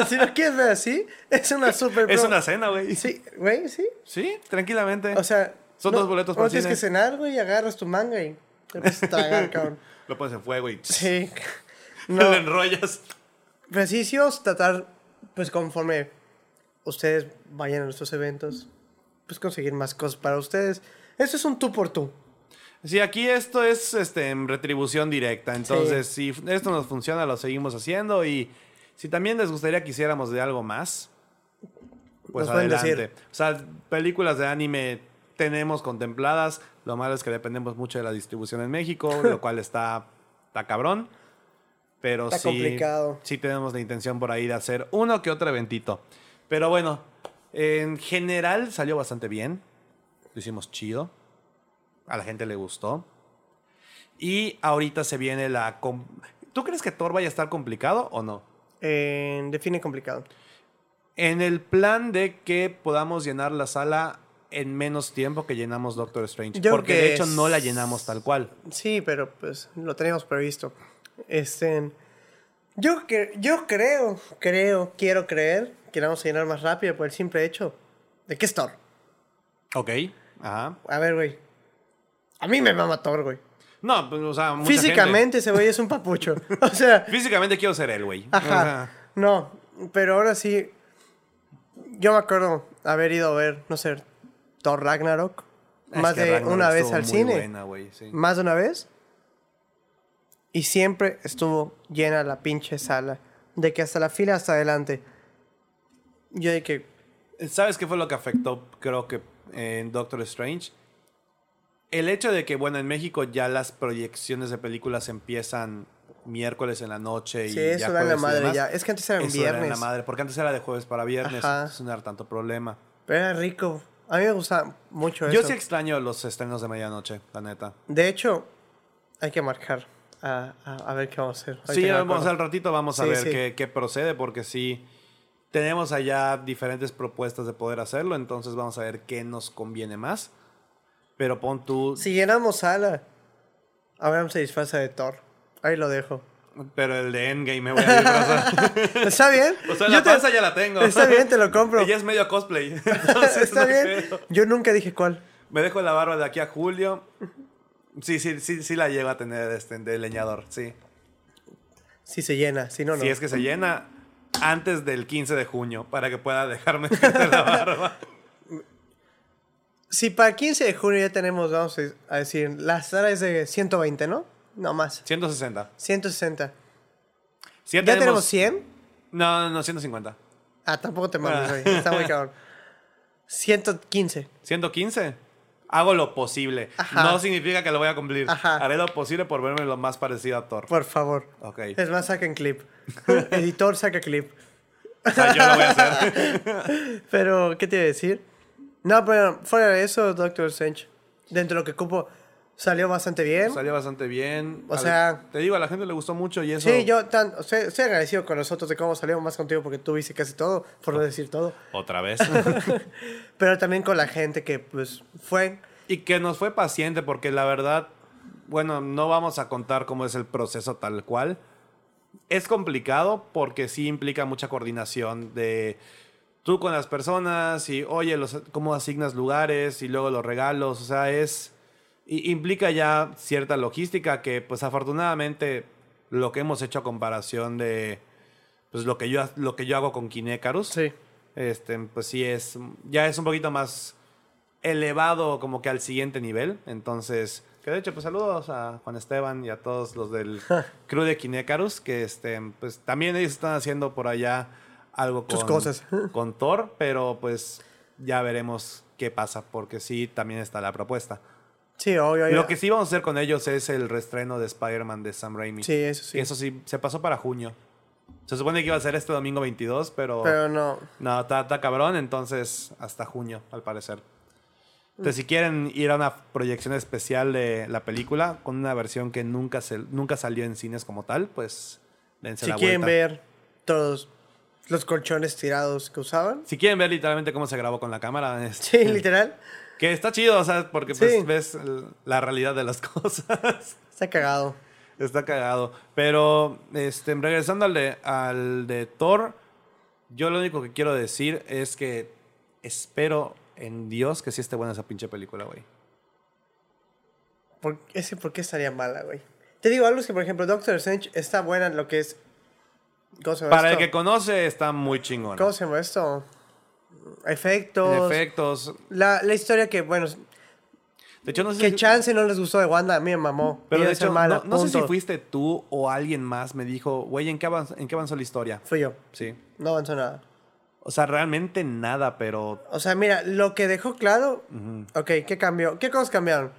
B: si lo quieres ver así, es una super promo.
A: es una cena, güey. Sí.
B: Sí, güey, sí.
A: tranquilamente.
B: O sea...
A: Son dos boletos para
B: para tienes
A: cine.
B: que cenar, güey, y agarras tu manga y te vas a tragar, cabrón.
A: Lo pones en fuego y...
B: Sí.
A: Lo
B: No,
A: enrollas.
B: pero sí, sí vamos a tratar, pues conforme ustedes vayan a nuestros eventos, pues conseguir más cosas para ustedes. Eso es un tú por tú.
A: Sí, aquí esto es este, en retribución directa. Entonces, si esto nos funciona, lo seguimos haciendo. Y si también les gustaría que hiciéramos de algo más, pues
B: Nos pueden
A: adelante.
B: decir.
A: O sea, películas de anime tenemos contempladas. Lo malo es que dependemos mucho de la distribución en México, lo cual está, está cabrón. Pero
B: Está
A: sí,
B: complicado.
A: sí tenemos la intención por ahí de hacer uno que otro eventito. Pero bueno, en general salió bastante bien. Lo hicimos chido. A la gente le gustó. Y ahorita se viene la... com- ¿Tú crees que Thor vaya a estar complicado o no?
B: Eh, define complicado.
A: En el plan de que podamos llenar la sala en menos tiempo que llenamos Doctor Strange.
B: Yo
A: porque
B: creo
A: de
B: que
A: hecho no la
B: es-
A: llenamos tal cual.
B: Sí, pero pues lo teníamos previsto. Este, yo, cre- yo creo, creo, quiero creer que la vamos a llenar más rápido por el simple hecho de que es Thor.
A: Ok. Ajá.
B: A ver, güey. A mí me mama Thor, güey.
A: No, pues, o sea, mucha gente-
B: Físicamente ese güey es un papucho. O sea,
A: Físicamente quiero ser él, güey.
B: Ajá.
A: Ajá.
B: No, pero ahora sí. Yo me acuerdo haber ido a ver, no sé, Thor Ragnarok.
A: Ah, Es
B: más
A: que
B: de
A: Ragnarok
B: una vez
A: estuvo
B: al
A: muy
B: cine.
A: buena, güey, sí.
B: Más de una vez. Y siempre estuvo llena la pinche sala. De que hasta la fila hasta adelante. Yo de que,
A: ¿Sabes qué fue lo que afectó, creo que, en Doctor Strange? El hecho de que, bueno, en México ya las proyecciones de películas empiezan miércoles en la noche y
B: sí, eso da
A: jueves
B: la
A: y
B: madre
A: demás.
B: ya. Es que antes era en
A: Eso era en
B: viernes.
A: la madre, porque antes era de jueves para viernes,
B: Ajá.
A: entonces no era tanto problema.
B: Pero era rico. A mí me gustaba mucho
A: Yo
B: eso.
A: sí extraño los estrenos de medianoche, la neta.
B: De hecho, hay que marcar a, a- a ver qué vamos a hacer. Ahorita
A: Sí,
B: que me
A: vamos,
B: acuerdo.
A: al ratito vamos a
B: Sí,
A: ver
B: sí.
A: Qué, qué procede, porque sí, tenemos allá diferentes propuestas de poder hacerlo, entonces vamos a ver qué nos conviene más. Pero pon tú,
B: Si llenamos sala, Abraham se disfraza de Thor. Ahí lo dejo.
A: pero el de Endgame me voy a disfrazar.
B: ¿Está bien?
A: o sea,
B: Yo
A: la
B: te-
A: panza ya la tengo.
B: Está bien, te lo compro.
A: Ella es medio cosplay. entonces
B: Está
A: no hay
B: bien.
A: pedo.
B: Yo nunca dije cuál.
A: Me dejo la barba de aquí a julio. Sí, sí, sí, sí la llego a tener este, de leñador, sí.
B: Si se llena, si no, no.
A: Si es que se llena antes del 15 de junio para que pueda dejarme crecer la barba.
B: Si para 15 de junio ya tenemos, vamos a decir, la sala es de 120, ¿no? No más.
A: 160.
B: 160.
A: Sí,
B: ¿Ya tenemos 100?
A: No, no, no, 150.
B: Ah, tampoco te mames,
A: Ah.
B: güey. Está muy cabrón. 115.
A: 115. Hago lo posible.
B: Ajá.
A: No significa que lo voy a cumplir.
B: Ajá.
A: Haré lo posible por verme lo más parecido a Thor.
B: Por favor.
A: Ok.
B: Es más, saquen clip. Editor, saca clip.
A: O sea, yo lo voy a hacer.
B: Pero, ¿qué te iba a decir? No, pero fuera de eso, Doctor Strange, dentro de lo que cupo, salió bastante bien.
A: Salió bastante bien.
B: O
A: A la-
B: sea-
A: Te digo, a la gente le gustó mucho y eso...
B: Sí, yo tan, estoy, estoy agradecido con nosotros de cómo salió, más contigo porque tú viste casi todo, por no
A: Ah.
B: decir todo.
A: Otra vez.
B: Pero también con la gente que, pues, fue.
A: y que nos fue paciente porque la verdad... Bueno, no vamos a contar cómo es el proceso tal cual. Es complicado porque sí implica mucha coordinación de... Tú con las personas y, oye, los, cómo asignas lugares y luego los regalos. O sea, es... i- implica ya cierta logística que, pues afortunadamente, lo que hemos hecho a comparación de... Pues lo que yo, ha- lo que yo hago con Kinecarus.
B: Sí.
A: este, pues sí es, ya es un poquito más elevado como que al siguiente nivel. Entonces, que de hecho, pues saludos a Juan Esteban y a todos los del crew de Kinecarus, que este, pues también ellos están haciendo por allá algo con,
B: Sus cosas.
A: con Thor, pero pues ya veremos qué pasa, porque sí, también está la propuesta.
B: Sí, obvio. obvio.
A: Lo que sí vamos a hacer con ellos es el restreno de Spider-Man de Sam Raimi.
B: Sí, eso sí.
A: Que Eso sí, se pasó para junio. Se supone que iba a ser este domingo 22,
B: Pero no.
A: no, está, está cabrón, entonces hasta junio, al parecer. Entonces, si quieren ir a una proyección especial de la película, con una versión que nunca, se, nunca salió en cines como tal, pues dense
B: Si
A: la
B: quieren
A: vuelta.
B: ver todos los colchones tirados que usaban.
A: Si quieren ver literalmente cómo se grabó con la cámara, es-
B: Sí, literal.
A: que está chido, o sea, porque pues,
B: Sí.
A: ves el- la realidad de las cosas.
B: Está cagado.
A: Está cagado. Pero este, regresando al de, al de Thor, yo lo único que quiero decir es que espero en Dios que sí esté buena esa pinche película, güey.
B: ¿Por, ese por qué estaría mala, güey. Te digo algo es que, por ejemplo, Doctor Strange está buena en lo que es. ¿Cómo se llama
A: Para el
B: esto?
A: que conoce, está muy chingón.
B: ¿Cómo se llama esto? Efectos.
A: Efectos.
B: La, la historia que, bueno,
A: De hecho, no sé
B: que
A: si.
B: Chance no les gustó de Wanda, a mí me mamó.
A: pero
B: Iba
A: de
B: a ser
A: hecho,
B: mala,
A: no, no sé si
B: punto.
A: fuiste tú o alguien más me dijo, güey, ¿en qué, avanzó, ¿en qué avanzó la historia?
B: Fui yo.
A: Sí.
B: No avanzó nada.
A: O sea, realmente nada, pero.
B: O sea, mira, lo que dejó claro. Ok, ¿qué cambió? ¿Qué cosas cambiaron?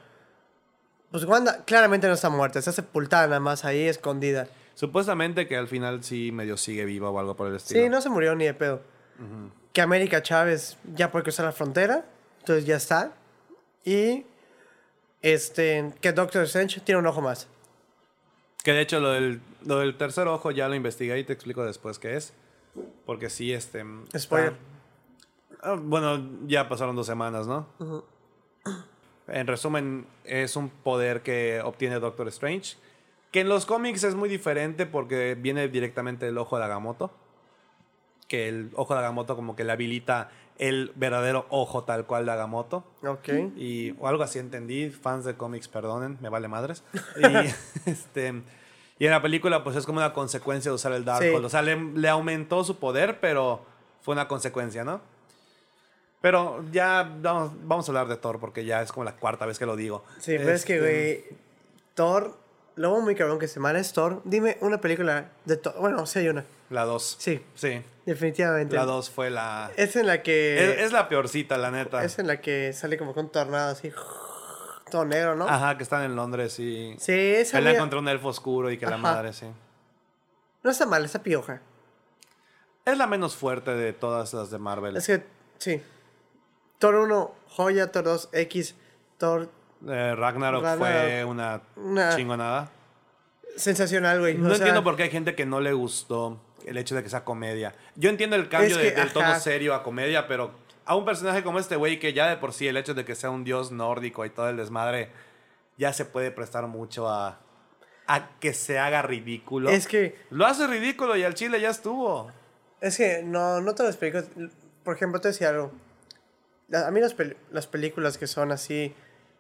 B: Pues Wanda claramente no está muerta, está sepultada nada más ahí, escondida.
A: Supuestamente que al final sí medio sigue viva o algo por el
B: Sí,
A: estilo.
B: no se murió ni de pedo. Que América Chávez ya puede cruzar la frontera, entonces ya está. Y este, que Doctor Strange tiene un ojo más.
A: Que de hecho, lo del, lo del tercer ojo ya lo investigué y te explico después qué es. Porque sí, este. está-
B: Spoiler.
A: Ah, Bueno, ya pasaron dos semanas, ¿no? En resumen, es un poder que obtiene Doctor Strange. Que en los cómics es muy diferente porque viene directamente del ojo de Agamotto. Que el ojo de Agamotto como que le habilita el verdadero ojo tal cual de Agamotto.
B: Ok.
A: Ah. Y, o algo así entendí. Fans de cómics, perdonen, me vale madres. Y, este, y en la película, pues es como una consecuencia de usar el Darkhold.
B: Sí.
A: O sea, le, le aumentó su poder, pero fue una consecuencia, ¿no? Pero ya vamos, vamos a hablar de Thor, porque ya es como la cuarta vez que lo digo.
B: Sí, pero es que,
A: Este,
B: güey, Thor lo hago muy cabrón que semana Store. Dime una película de todo. Bueno, sí hay una.
A: La 2.
B: Sí,
A: Sí.
B: definitivamente.
A: La 2 fue la.
B: Es en la
A: Es,
B: que.
A: es la peorcita, la neta.
B: Es en la que sale como con un tornado así. Todo negro, ¿no?
A: Ajá, que están en Londres y.
B: Sí, esa.
A: Que la
B: mía-
A: encontró un elfo oscuro y que la
B: Ajá.
A: madre, sí.
B: No está mal, está pioja.
A: Es la menos fuerte de todas las de Marvel.
B: Es que, sí. Thor 1, joya, Thor 2, X, Thor.
A: Eh, Ragnarok,
B: Ragnarok.
A: fue una
B: Una-
A: chingonada.
B: Sensacional, güey.
A: No
B: O sea,
A: entiendo por qué hay gente que no le gustó el hecho de que sea comedia. Yo entiendo el cambio
B: Es
A: de-
B: que,
A: del tono
B: ajá.
A: serio a comedia, pero a un personaje como este güey, que ya de por sí el hecho de que sea un dios nórdico y todo el desmadre, ya se puede prestar mucho a, a que se haga ridículo.
B: Es que,
A: Lo hace ridículo y al chile ya estuvo.
B: es que no, no te lo explico. Por ejemplo, te decía algo. La- A mí las, pel- las películas que son así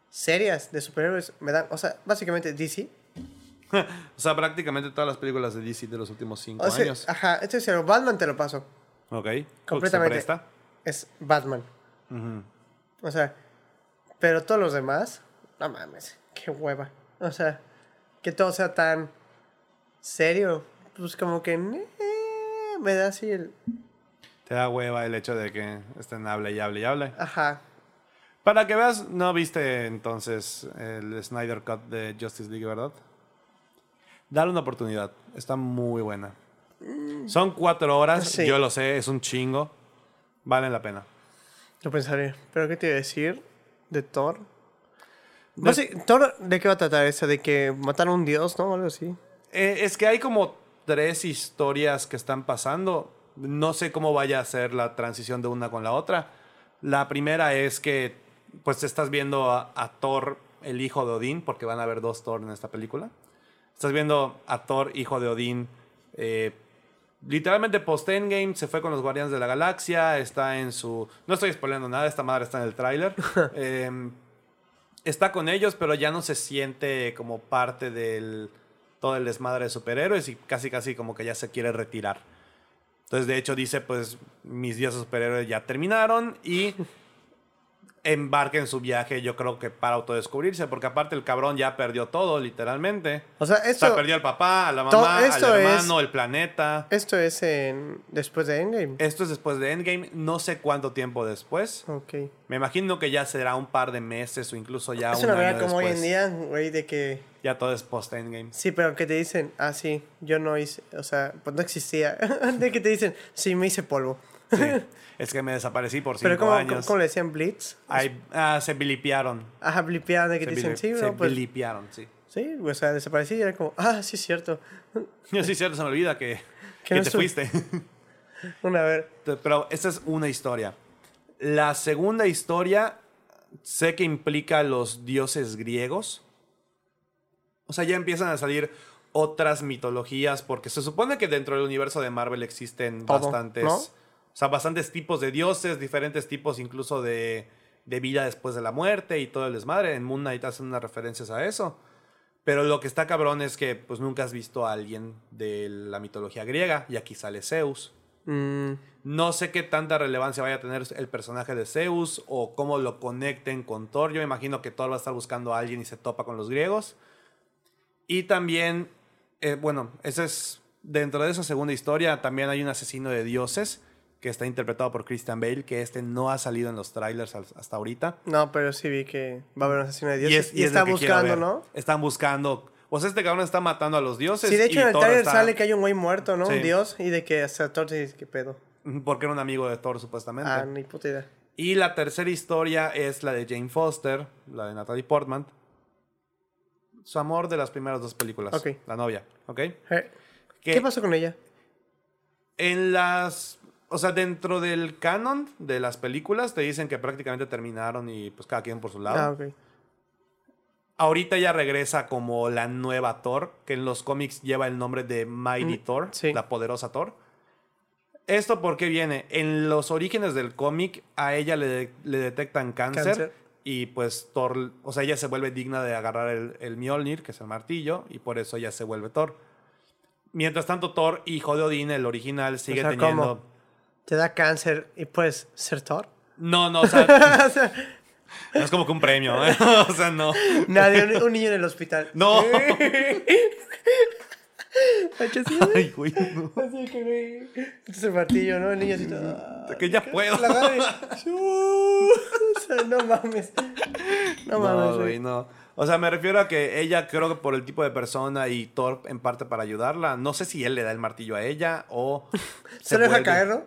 B: serias de superhéroes me dan, o sea, básicamente DC.
A: O sea, prácticamente todas las películas de DC de los últimos cinco
B: O sea,
A: años.
B: ajá, esto es algo. Batman te lo paso.
A: ok. Porque se
B: Completamente.
A: presta.
B: Es Batman.
A: Ujú.
B: O sea, pero todos los demás, no mames, qué hueva. O sea, que todo sea tan serio, pues como que eh, me da así el...
A: Te da hueva el hecho de que estén hable y hable y hable.
B: Ajá.
A: Para que veas, no viste entonces el Snyder Cut de Justice League, ¿verdad? Dale una oportunidad. Está muy buena. Son cuatro horas,
B: Sí.
A: yo lo sé, es un chingo. Vale la pena.
B: Lo pensaré. ¿Pero qué te iba a decir de Thor?
A: No-
B: Basi- ¿Thor de qué va a tratar eso? ¿De que mataron a un dios, no? O algo así.
A: Eh, es que hay como tres historias que están pasando. No sé cómo vaya a ser la transición de una con la otra. La primera es que pues estás viendo a, a Thor, el hijo de Odín, porque van a haber dos Thor en esta película. Estás viendo a Thor, hijo de Odín. eh, literalmente post-endgame se fue con los Guardianes de la Galaxia. Está en su. No estoy spoileando nada, esta madre está en el tráiler. Em, está con ellos, pero ya no se siente como parte del todo el desmadre de superhéroes y casi casi como que ya se quiere retirar. Entonces, de hecho, dice, pues, mis días de superhéroes ya terminaron y embarca en su viaje, yo creo que para autodescubrirse, porque aparte el cabrón ya perdió todo, literalmente.
B: O sea,
A: O sea,
B: esto,
A: perdió al papá, a la
B: to-
A: mamá, al
B: esto
A: hermano, el planeta.
B: esto es en, después de Endgame.
A: Esto es después de Endgame, no sé cuánto tiempo después.
B: ok.
A: Me imagino que ya será un par de meses o incluso ya
B: Es
A: un
B: una
A: año
B: verdad como hoy en
A: después.
B: día, güey, de que...
A: Ya todo es post-Endgame.
B: Sí, pero que te dicen, ah, sí, yo no hice, o sea, pues no existía. de que te dicen, sí, me hice polvo.
A: Sí. es que me desaparecí por cinco
B: Pero ¿cómo,
A: años.
B: cómo le decían Blitz?
A: Ay, ah, se bilipiaron.
B: Ajá, blipeaban de que
A: Se,
B: te dicen,
A: bili- se
B: sí, bro, pues.
A: bilipiaron, sí.
B: Sí, o sea, desaparecí y era como, ah, sí, es cierto.
A: Yo sí, cierto, se me olvida que, que
B: no
A: te
B: estu-
A: fuiste.
B: Una vez.
A: Te- Pero esta es una historia. La segunda historia sé que implica a los dioses griegos. O sea, ya empiezan a salir otras mitologías porque se supone que dentro del universo de Marvel existen
B: Todo,
A: bastantes,
B: ¿no?
A: o sea, bastantes tipos de dioses, diferentes tipos incluso de, de vida después de la muerte y todo el desmadre. En Moon Knight hacen unas referencias a eso. Pero lo que está cabrón es que pues nunca has visto a alguien de la mitología griega y aquí sale Zeus.
B: Mm,
A: No sé qué tanta relevancia vaya a tener el personaje de Zeus o cómo lo conecten con Thor. Yo me imagino que Thor va a estar buscando a alguien y se topa con los griegos. Y también, eh, bueno, ese es dentro de esa segunda historia también hay un asesino de dioses que está interpretado por Christian Bale, que este no ha salido en los trailers al- hasta ahorita.
B: no, pero sí vi que va a haber un asesino de
A: Y,
B: dioses.
A: es-
B: Y,
A: y es lo
B: está
A: que quiero
B: buscando,
A: ver.
B: ¿no?
A: Están buscando. O sea, este cabrón está matando a los dioses.
B: Sí, de
A: y
B: hecho en el
A: Thor
B: trailer
A: está-
B: sale que hay un güey muerto, ¿no?
A: Sí.
B: Un dios. Y de que hasta Thor te dice, ¿qué pedo?
A: Porque era un amigo de Thor, supuestamente.
B: Ah, ni puta idea.
A: Y la tercera historia es la de Jane Foster, la de Natalie Portman. Su amor de las primeras dos películas.
B: Ok.
A: La novia, ¿ok?
B: Eh,
A: Que
B: ¿Qué pasó con ella?
A: En las... O sea, dentro del canon de las películas te dicen que prácticamente terminaron y pues cada quien por su lado.
B: Ah, ok.
A: Ahorita ya regresa como la nueva Thor, que en los cómics lleva el nombre de Mighty
B: Mm,
A: Thor,
B: sí.
A: la poderosa Thor. ¿Esto por qué viene? En los orígenes del cómic a ella le, le detectan cáncer,
B: Cáncer.
A: y pues Thor, o sea, ella se vuelve digna de agarrar el, el Mjolnir, que es el martillo, y por eso ella se vuelve Thor. Mientras tanto, Thor, hijo de Odín, el original, sigue
B: sea, ¿cómo?
A: teniendo...
B: Te da cáncer y puedes ser Thor.
A: No, no, o sea,
B: O sea,
A: No es como que un premio, ¿eh? O sea, no.
B: Nadie, un, un niño en el hospital.
A: No.
B: Así
A: Ay, güey, no.
B: que, güey. Entonces el martillo, ¿no? El niño así todo.
A: Que ya puedo.
B: La agarra y- O sea, no mames. No mames,
A: No, güey,
B: güey.
A: no. O sea, me refiero a que ella, creo que por el tipo de persona y Thor en parte para ayudarla, no sé si él le da el martillo a ella o.
B: Se lo deja
A: vuelve-
B: caer, ¿no?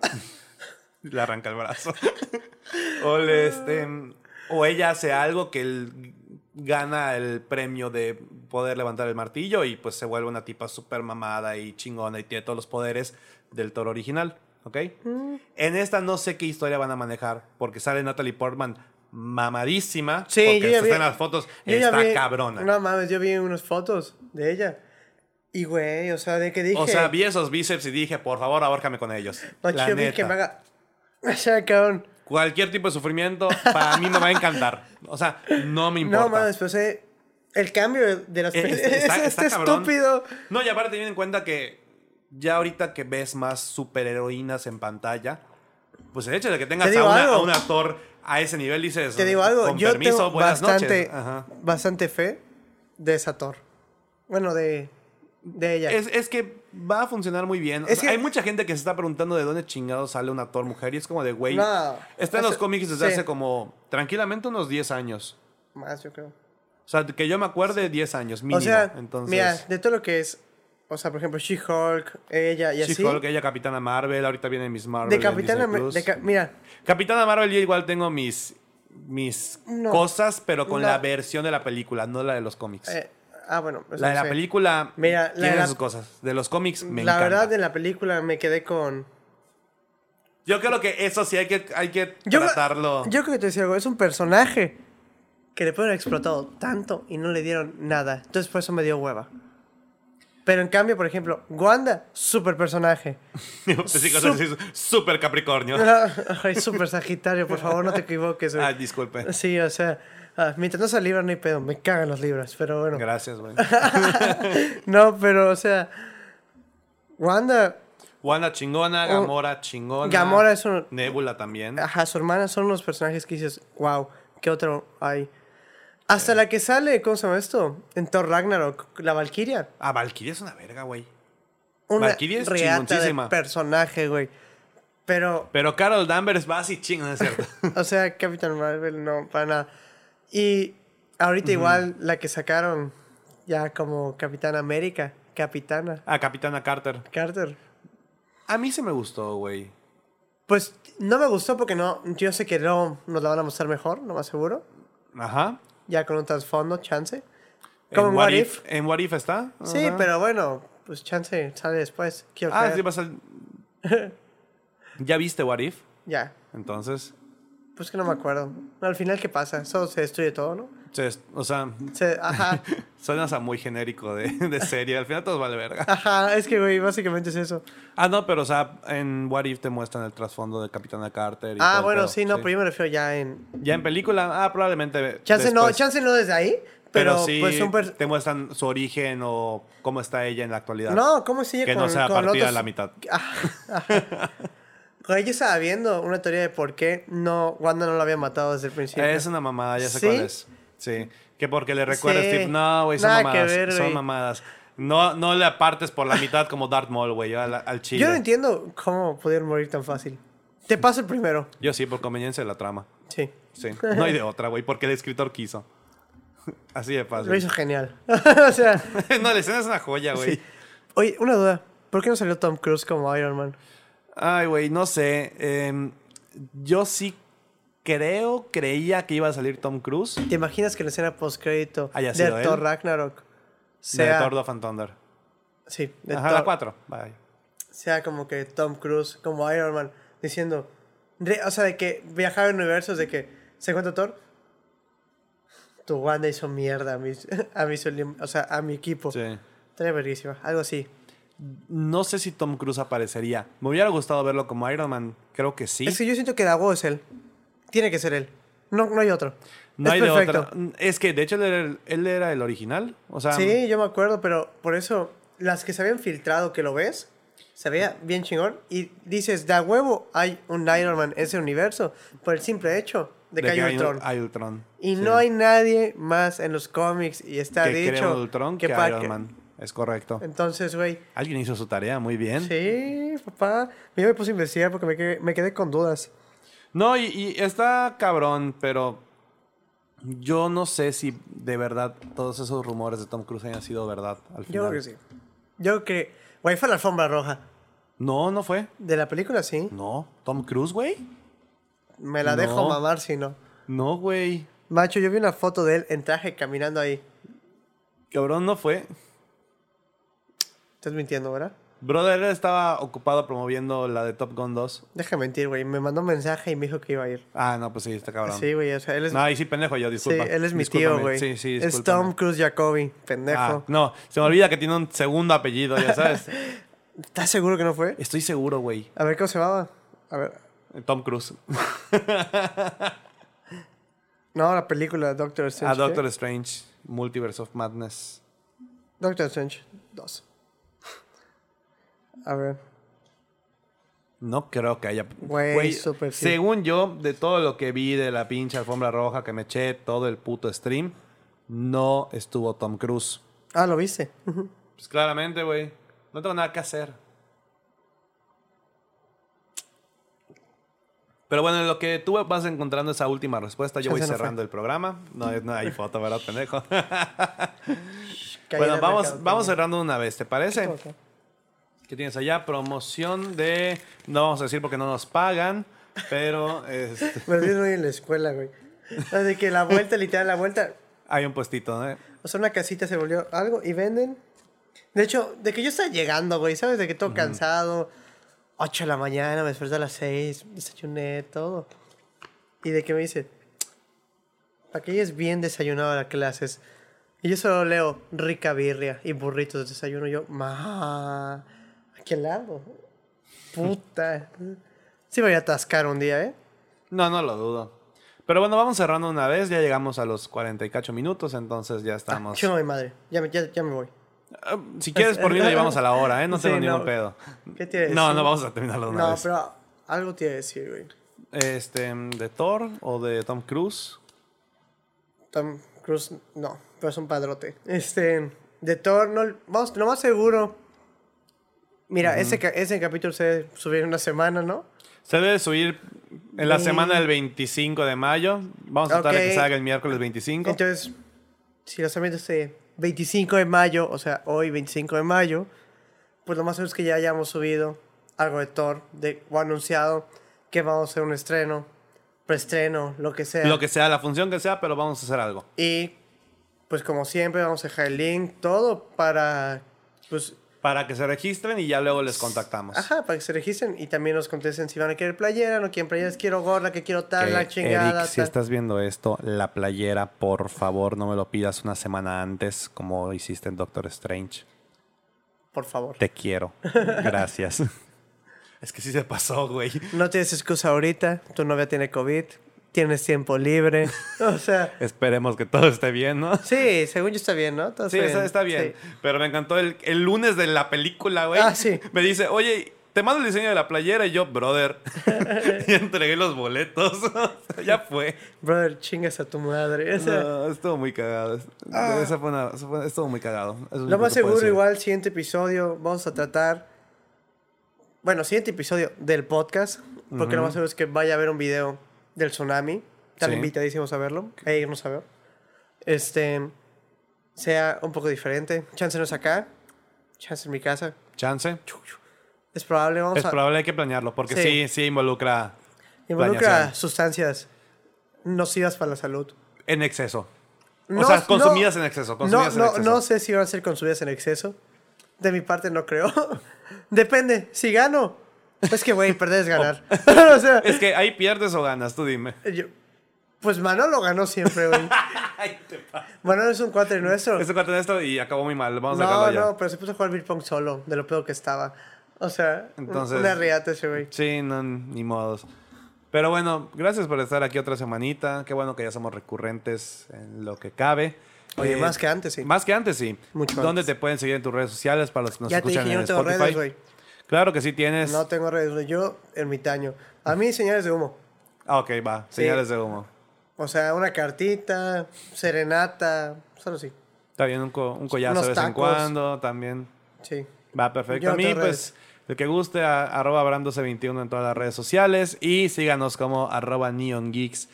A: Le arranca el brazo. o, le, este,
B: Ah.
A: o ella hace algo que él gana el premio de poder levantar el martillo y pues se vuelve una tipa súper mamada y chingona y tiene todos los poderes del toro original. ¿Ok?
B: Mm.
A: En esta no sé qué historia van a manejar porque sale Natalie Portman mamadísima.
B: Sí,
A: porque
B: yo ya vi-
A: están las fotos.
B: Yo ya
A: Está
B: vi-
A: cabrona.
B: No mames, yo vi unas fotos de ella. Y güey, o sea, de que dije.
A: o sea, vi esos bíceps y dije, por favor, ahórcame con ellos.
B: macho,
A: La
B: yo vi que
A: neta.
B: me haga. O sea, cabrón.
A: Cualquier tipo de sufrimiento para mí me va a encantar. O sea, no me importa.
B: No mames, pues eh, el cambio de las
A: Eh,
B: personas.
A: está- está- está
B: Es este
A: cabrón.
B: estúpido.
A: No, y aparte teniendo en cuenta que ya ahorita que ves más superheroínas en pantalla, pues el hecho de que tengas
B: Te
A: a,
B: digo
A: una-
B: algo.
A: a un actor a ese nivel dices,
B: Te digo algo,
A: con
B: yo
A: permiso,
B: tengo
A: buenas
B: bastante,
A: noches. Ajá.
B: bastante fe de Sator. Bueno, de, de ella.
A: Es, es que va a funcionar muy bien. O
B: Es
A: sea,
B: que-
A: hay mucha gente que se está preguntando de dónde chingado sale un actor mujer y es como de, güey,
B: No,
A: está en los
B: eso-
A: cómics desde
B: sí.
A: hace como tranquilamente unos 10 años.
B: Más, yo creo.
A: O sea, que yo me acuerde 10 años mínimo.
B: o sea,
A: Entonces,
B: mira, de todo lo que es, o sea, por ejemplo, She-Hulk, ella y así.
A: She-Hulk, ella Capitana Marvel, ahorita viene Miss Marvel.
B: de
A: en
B: Capitán
A: Disney
B: América.
A: Plus.
B: mira,
A: Capitana Marvel yo igual tengo mis mis
B: No.
A: cosas, pero con
B: No.
A: la versión de la película, no la de los cómics.
B: eh, ah, bueno. eso
A: la de
B: no
A: la
B: sé.
A: película
B: Mira, la de
A: tiene
B: la-
A: sus cosas. De los cómics me
B: la
A: encanta.
B: verdad, en la película me quedé con.
A: Yo creo que eso sí hay que, hay que
B: Yo,
A: tratarlo.
B: yo creo que te decía algo, es un personaje que le pueden haber explotado tanto y no le dieron nada. Entonces por eso me dio hueva. Pero en cambio, por ejemplo, Wanda, super personaje.
A: Sí, cosas así, Súper Capricornio.
B: Ay, super Sagitario, por favor, no te equivoques. güey.
A: Ah, disculpe.
B: Sí, o sea, ah, mientras no sea Libra no hay pedo, me cagan los Libras, pero bueno.
A: Gracias, güey.
B: No, pero o sea, Wanda,
A: Wanda chingona, Gamora chingona.
B: Oh, Gamora es un... Ah.
A: Nebula también.
B: Ajá, su hermana son los personajes que dices, wow, ¿qué otro hay? Hasta la que sale, ¿cómo se llama esto? En Thor Ragnarok, la Valkyria.
A: Ah, Valkyria es una verga, güey.
B: Una
A: Valkyria es
B: reata de
A: chingoncísima.
B: personaje, güey. Pero,
A: Pero Carol Danvers va así chingona, es cierto.
B: o sea, Capitán Marvel no, para nada. Y ahorita igual la que sacaron ya como Capitán América, Capitana
A: ah, Capitana Carter.
B: Carter.
A: A mí se me gustó, güey.
B: Pues no me gustó porque no, yo sé que no nos la van a mostrar mejor, no más seguro.
A: Ajá.
B: Ya con un trasfondo, chance.
A: ¿En
B: Como en What If.
A: ¿En What If está?
B: Sí,
A: Ajá.
B: pero bueno, pues chance sale después. Quiero
A: Ah,
B: creer.
A: sí, vas al- ¿Ya viste What If?
B: Ya.
A: Entonces.
B: Pues que no me acuerdo. Al final, ¿qué pasa? Eso se destruye todo, ¿no?
A: se- O sea,
B: Se- ajá.
A: suena a muy genérico de, de serie. Al final todo vale verga.
B: Ajá. Es que, güey, básicamente es eso.
A: Ah, no, pero o sea, en What If te muestran el trasfondo de Capitana Carter. Y todo
B: Ah,
A: el
B: bueno,
A: pedo,
B: sí, no, pero yo me refiero ya en.
A: Ya en película, ah, probablemente.
B: Chance no,
A: después.
B: chance no desde ahí,
A: Pero,
B: pero,
A: sí
B: pues un per-
A: te muestran su origen o cómo está ella en la actualidad.
B: No, ¿cómo sigue
A: Que
B: con,
A: no sea
B: con
A: partida
B: otros-
A: a la mitad.
B: Ajá, ajá. Güey, yo estaba viendo una teoría de por qué no, Wanda no lo había matado desde el principio.
A: Es una mamada, ya sé
B: ¿Sí?
A: cuál es. Sí. Que porque le recuerda
B: Sí.
A: a Steve, no, güey, son
B: Nada que
A: mamadas.
B: ver,
A: son
B: güey.
A: mamadas. No, no le apartes por la mitad como Darth Maul, güey, al, al chile.
B: Yo no entiendo cómo pudieron morir tan fácil. Te paso el primero.
A: Yo sí, por conveniencia de la trama.
B: Sí.
A: Sí. No hay de otra, güey, porque el escritor quiso. Así de fácil.
B: Lo hizo genial. o sea,
A: no, la escena es una joya, güey.
B: sí. Oye, una duda. ¿Por qué no salió Tom Cruise como Iron Man?
A: Ay, güey, no sé. Em, yo sí creo, creía que iba a salir Tom Cruise.
B: ¿Te imaginas que la escena post-crédito
A: Haya
B: de
A: sido él?
B: Thor Ragnarok
A: De
B: sea,
A: Thor Love and Thunder.
B: sí, de
A: Ajá,
B: Thor-
A: la 4. Bye.
B: sea como que Tom Cruise como Iron Man diciendo, re- o sea, de que viajaba en universos de que se encuentra Thor. Tu Wanda hizo mierda a mi, a mi solim- o sea, a mi equipo.
A: Sí.
B: Estaría verguísima, algo así.
A: No sé si Tom Cruise aparecería. Me hubiera gustado verlo como Iron Man. Creo que sí.
B: Es que yo siento que Dago es él. Tiene que ser él. No, no hay otro.
A: no
B: es
A: hay de
B: perfecto.
A: otra. Mm, Es que, de hecho, él era el, él era el original. O sea,
B: Sí, yo me acuerdo, pero por eso las que se habían filtrado que lo ves, se veía bien chingón y dices, de a huevo hay un Iron Man en ese universo por el simple hecho de que hay
A: hay
B: Ultron.
A: Hay Ultron.
B: Y
A: sí.
B: no hay nadie más en los cómics y está
A: que
B: dicho
A: crea un Ultron que,
B: Parker.
A: Iron Man. Es correcto.
B: Entonces, güey,
A: Alguien hizo su tarea muy bien.
B: sí, papá, yo me puse a investigar porque me quedé, me quedé con dudas.
A: No, y, y está cabrón, pero yo no sé si de verdad todos esos rumores de Tom Cruise hayan sido verdad al final.
B: Yo creo que sí. Yo creo que, güey, fue la alfombra roja.
A: No, no fue.
B: De la película, sí.
A: No. Tom Cruise, güey.
B: Me la
A: No.
B: dejo mamar si no.
A: No, güey.
B: Macho, yo vi una foto de él en traje caminando ahí.
A: Cabrón, no fue.
B: Estás mintiendo, ¿verdad?
A: Brother él estaba ocupado promoviendo la de Top Gun 2.
B: Deja de mentir, güey. Me mandó un mensaje y me dijo que iba a ir.
A: Ah, no, pues sí, está cabrón.
B: Sí, güey, o sea, él es,
A: No, ahí sí, pendejo yo,
B: sí,
A: disculpa.
B: él es mi
A: Discúlpame.
B: tío, güey.
A: Sí, sí,
B: es
A: discúlpame.
B: Tom Cruise Jacoby, pendejo.
A: Ah, no, se me olvida que tiene un segundo apellido, ya sabes.
B: ¿Estás seguro que no fue?
A: Estoy seguro, güey.
B: A ver cómo se llamaba. A ver.
A: Tom Cruise.
B: No, la película Doctor
A: A
B: Strange. ¿qué?
A: Ah, Doctor Strange, Multiverse of Madness.
B: Doctor Strange 2. A ver.
A: No creo que haya.
B: Güey, súper sí.
A: Según yo, de todo lo que vi de la pinche alfombra roja que me eché todo el puto stream, no estuvo Tom Cruise.
B: Ah, ¿lo viste? Ujú.
A: Pues claramente, güey. No tengo nada que hacer. Pero bueno, en lo que tú vas encontrando esa última respuesta, yo voy
B: Chance no fue.
A: cerrando el programa. No, no hay foto, ¿verdad, pendejo?
B: Caída
A: bueno, vamos,
B: de mercado,
A: vamos
B: también.
A: cerrando una vez, ¿te parece?
B: Ok.
A: ¿Qué tienes allá? Promoción de. No vamos a decir porque no nos pagan, pero este,
B: Me olvidé de ir en la escuela, güey. Así que la vuelta, literal, la vuelta.
A: hay un puestito, ¿eh?
B: O sea, una casita se volvió algo y venden. De hecho, de que yo estaba llegando, güey, ¿sabes? De que todo cansado. 8 de la mañana, me desperté a las 6, desayuné, todo. Y de que me dice, para que es bien desayunado a las clases. Y yo solo leo rica birria y burritos de desayuno. Y yo, ma, ¿a qué lado? Puta. Sí, me voy a atascar un día, ¿eh?
A: No, no lo dudo. Pero bueno, vamos cerrando una vez. Ya llegamos a los 48 minutos, entonces ya estamos.
B: Chingo mi madre, ya me, ya, ya me voy.
A: Ah, Si quieres, por mí lo llevamos a la hora, ¿eh? No
B: Sí,
A: tengo ningún
B: no.
A: pedo.
B: ¿Qué te iba a
A: No,
B: decir?
A: no vamos a terminarlo de una
B: No,
A: vez.
B: pero algo te iba a decir, güey.
A: Este, ¿De Thor o de Tom Cruise?
B: Tom Cruise, no, pero es un padrote. Este, de Thor, no, vamos, lo más seguro. Mira, ese, ca- ese capítulo se debe subir en una semana, ¿no?
A: Se debe subir en la
B: Mm.
A: semana del 25 de mayo. Vamos a tratar de que
B: Ok.
A: salga el miércoles 25.
B: Entonces, si lo saben este 25 de mayo, o sea, hoy 25 de mayo, pues lo más seguro es que ya hayamos subido algo de Thor, de, o anunciado que vamos a hacer un estreno, preestreno, lo que sea.
A: Lo que sea, la función que sea, pero vamos a hacer algo.
B: Y, pues como siempre, vamos a dejar el link, todo para, pues,
A: Para que se registren y ya luego les contactamos.
B: Ajá, para que se registren y también nos contesten si van a querer playera, no quieren playeras, quiero gorra, que quiero tal, la
A: Mm. Que,
B: chingada.
A: Eric, si
B: tal.
A: estás viendo esto, la playera, por favor, no me lo pidas una semana antes, como hiciste en Doctor Strange.
B: Por favor.
A: Te quiero. Gracias. es que sí se pasó, güey.
B: No tienes excusa ahorita, tu novia tiene COVID, tienes tiempo libre. o sea,
A: Esperemos que todo esté bien, ¿no?
B: sí, según yo está bien, ¿no? Todo
A: Sí, está, está bien.
B: sí.
A: Pero me encantó el, el lunes de la película, güey.
B: Ah, sí.
A: Me dice, oye, te mando el diseño de la playera y yo, brother. y entregué los boletos. ya fue.
B: Brother, chingas a tu madre. O sea, ah.
A: No, estuvo muy cagado. Es- esa fue una- esa fue- estuvo muy cagado. Eso es
B: lo
A: único
B: más
A: que puedo
B: seguro,
A: decir.
B: igual, siguiente episodio, vamos a tratar. Bueno, siguiente episodio del podcast, porque lo más seguro es que vaya a haber un video del tsunami. Están
A: Sí.
B: invitadísimos a verlo, a irnos a ver. Este. Sea un poco diferente. Chance no es acá, chance en mi casa.
A: Chance.
B: Es probable, vamos
A: Es
B: a.
A: probable hay que planearlo, porque sí,
B: Sí.
A: sí, involucra
B: Involucra
A: planeación.
B: sustancias nocivas para la salud.
A: en exceso.
B: No,
A: o sea,
B: no.
A: consumidas en exceso.
B: No,
A: Consumidas en
B: no,
A: exceso.
B: no sé si van a ser consumidas en exceso. De mi parte no creo. Depende, si gano. Es que, güey, perder es ganar. o sea,
A: Es que ahí pierdes o ganas, tú dime.
B: yo- pues Manolo ganó siempre, güey. Manolo es un cuate nuestro.
A: Este cuarto de esto y acabó muy mal. Vamos a
B: No,
A: dejarlo ya.
B: no, pero se puso a jugar beer pong solo, de lo peor que estaba. O sea, un-
A: Entonces-
B: una riata ese, güey.
A: Sí, no, ni modos. Pero bueno, gracias por estar aquí otra semanita. Qué bueno que ya somos recurrentes en lo que cabe.
B: Oye,
A: Eh,
B: más que antes, sí.
A: Más que antes, sí.
B: Mucho
A: ¿Dónde
B: antes.
A: te pueden seguir en tus redes sociales para los que nos
B: ya te
A: escuchan
B: dije, yo no
A: en
B: tengo
A: Spotify?
B: redes, güey.
A: Claro que sí tienes.
B: No tengo redes, güey. Yo, ermitaño. A mí, señales de humo.
A: Ah, ok, va.
B: Sí.
A: Señales de humo.
B: O sea, una cartita, serenata, solo sí.
A: Está bien, un, co- un collazo
B: Unos
A: de vez en
B: tacos.
A: cuando también.
B: Sí.
A: Va, perfecto.
B: Yo
A: A
B: no
A: mí,
B: te
A: pues, el que guste, a- arroba brandose21 en todas las redes sociales y síganos como arroba neongeeks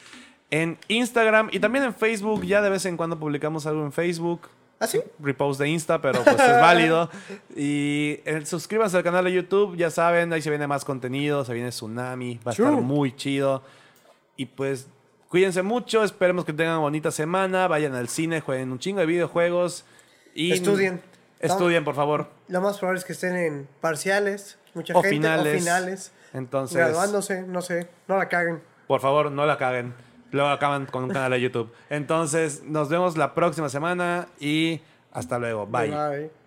A: en Instagram y también en Facebook. Ya de vez en cuando publicamos algo en Facebook.
B: ¿Ah, sí?
A: Repost de Insta, pero pues es válido. Y eh, suscríbanse al canal de YouTube, ya saben, ahí se viene más contenido, se viene Tsunami, va a estar
B: True.
A: muy chido. Y pues cuídense mucho, esperemos que tengan bonita semana, vayan al cine, jueguen un chingo de videojuegos y
B: Estudien.
A: Estudien, por favor.
B: Lo más probable es que estén en parciales, mucha
A: O
B: gente,
A: finales.
B: o finales,
A: Entonces,
B: graduándose, no sé, no la caguen.
A: por favor, no la caguen. Luego acaban con un canal de YouTube. Entonces, nos vemos la próxima semana y hasta luego. Bye.
B: Bye.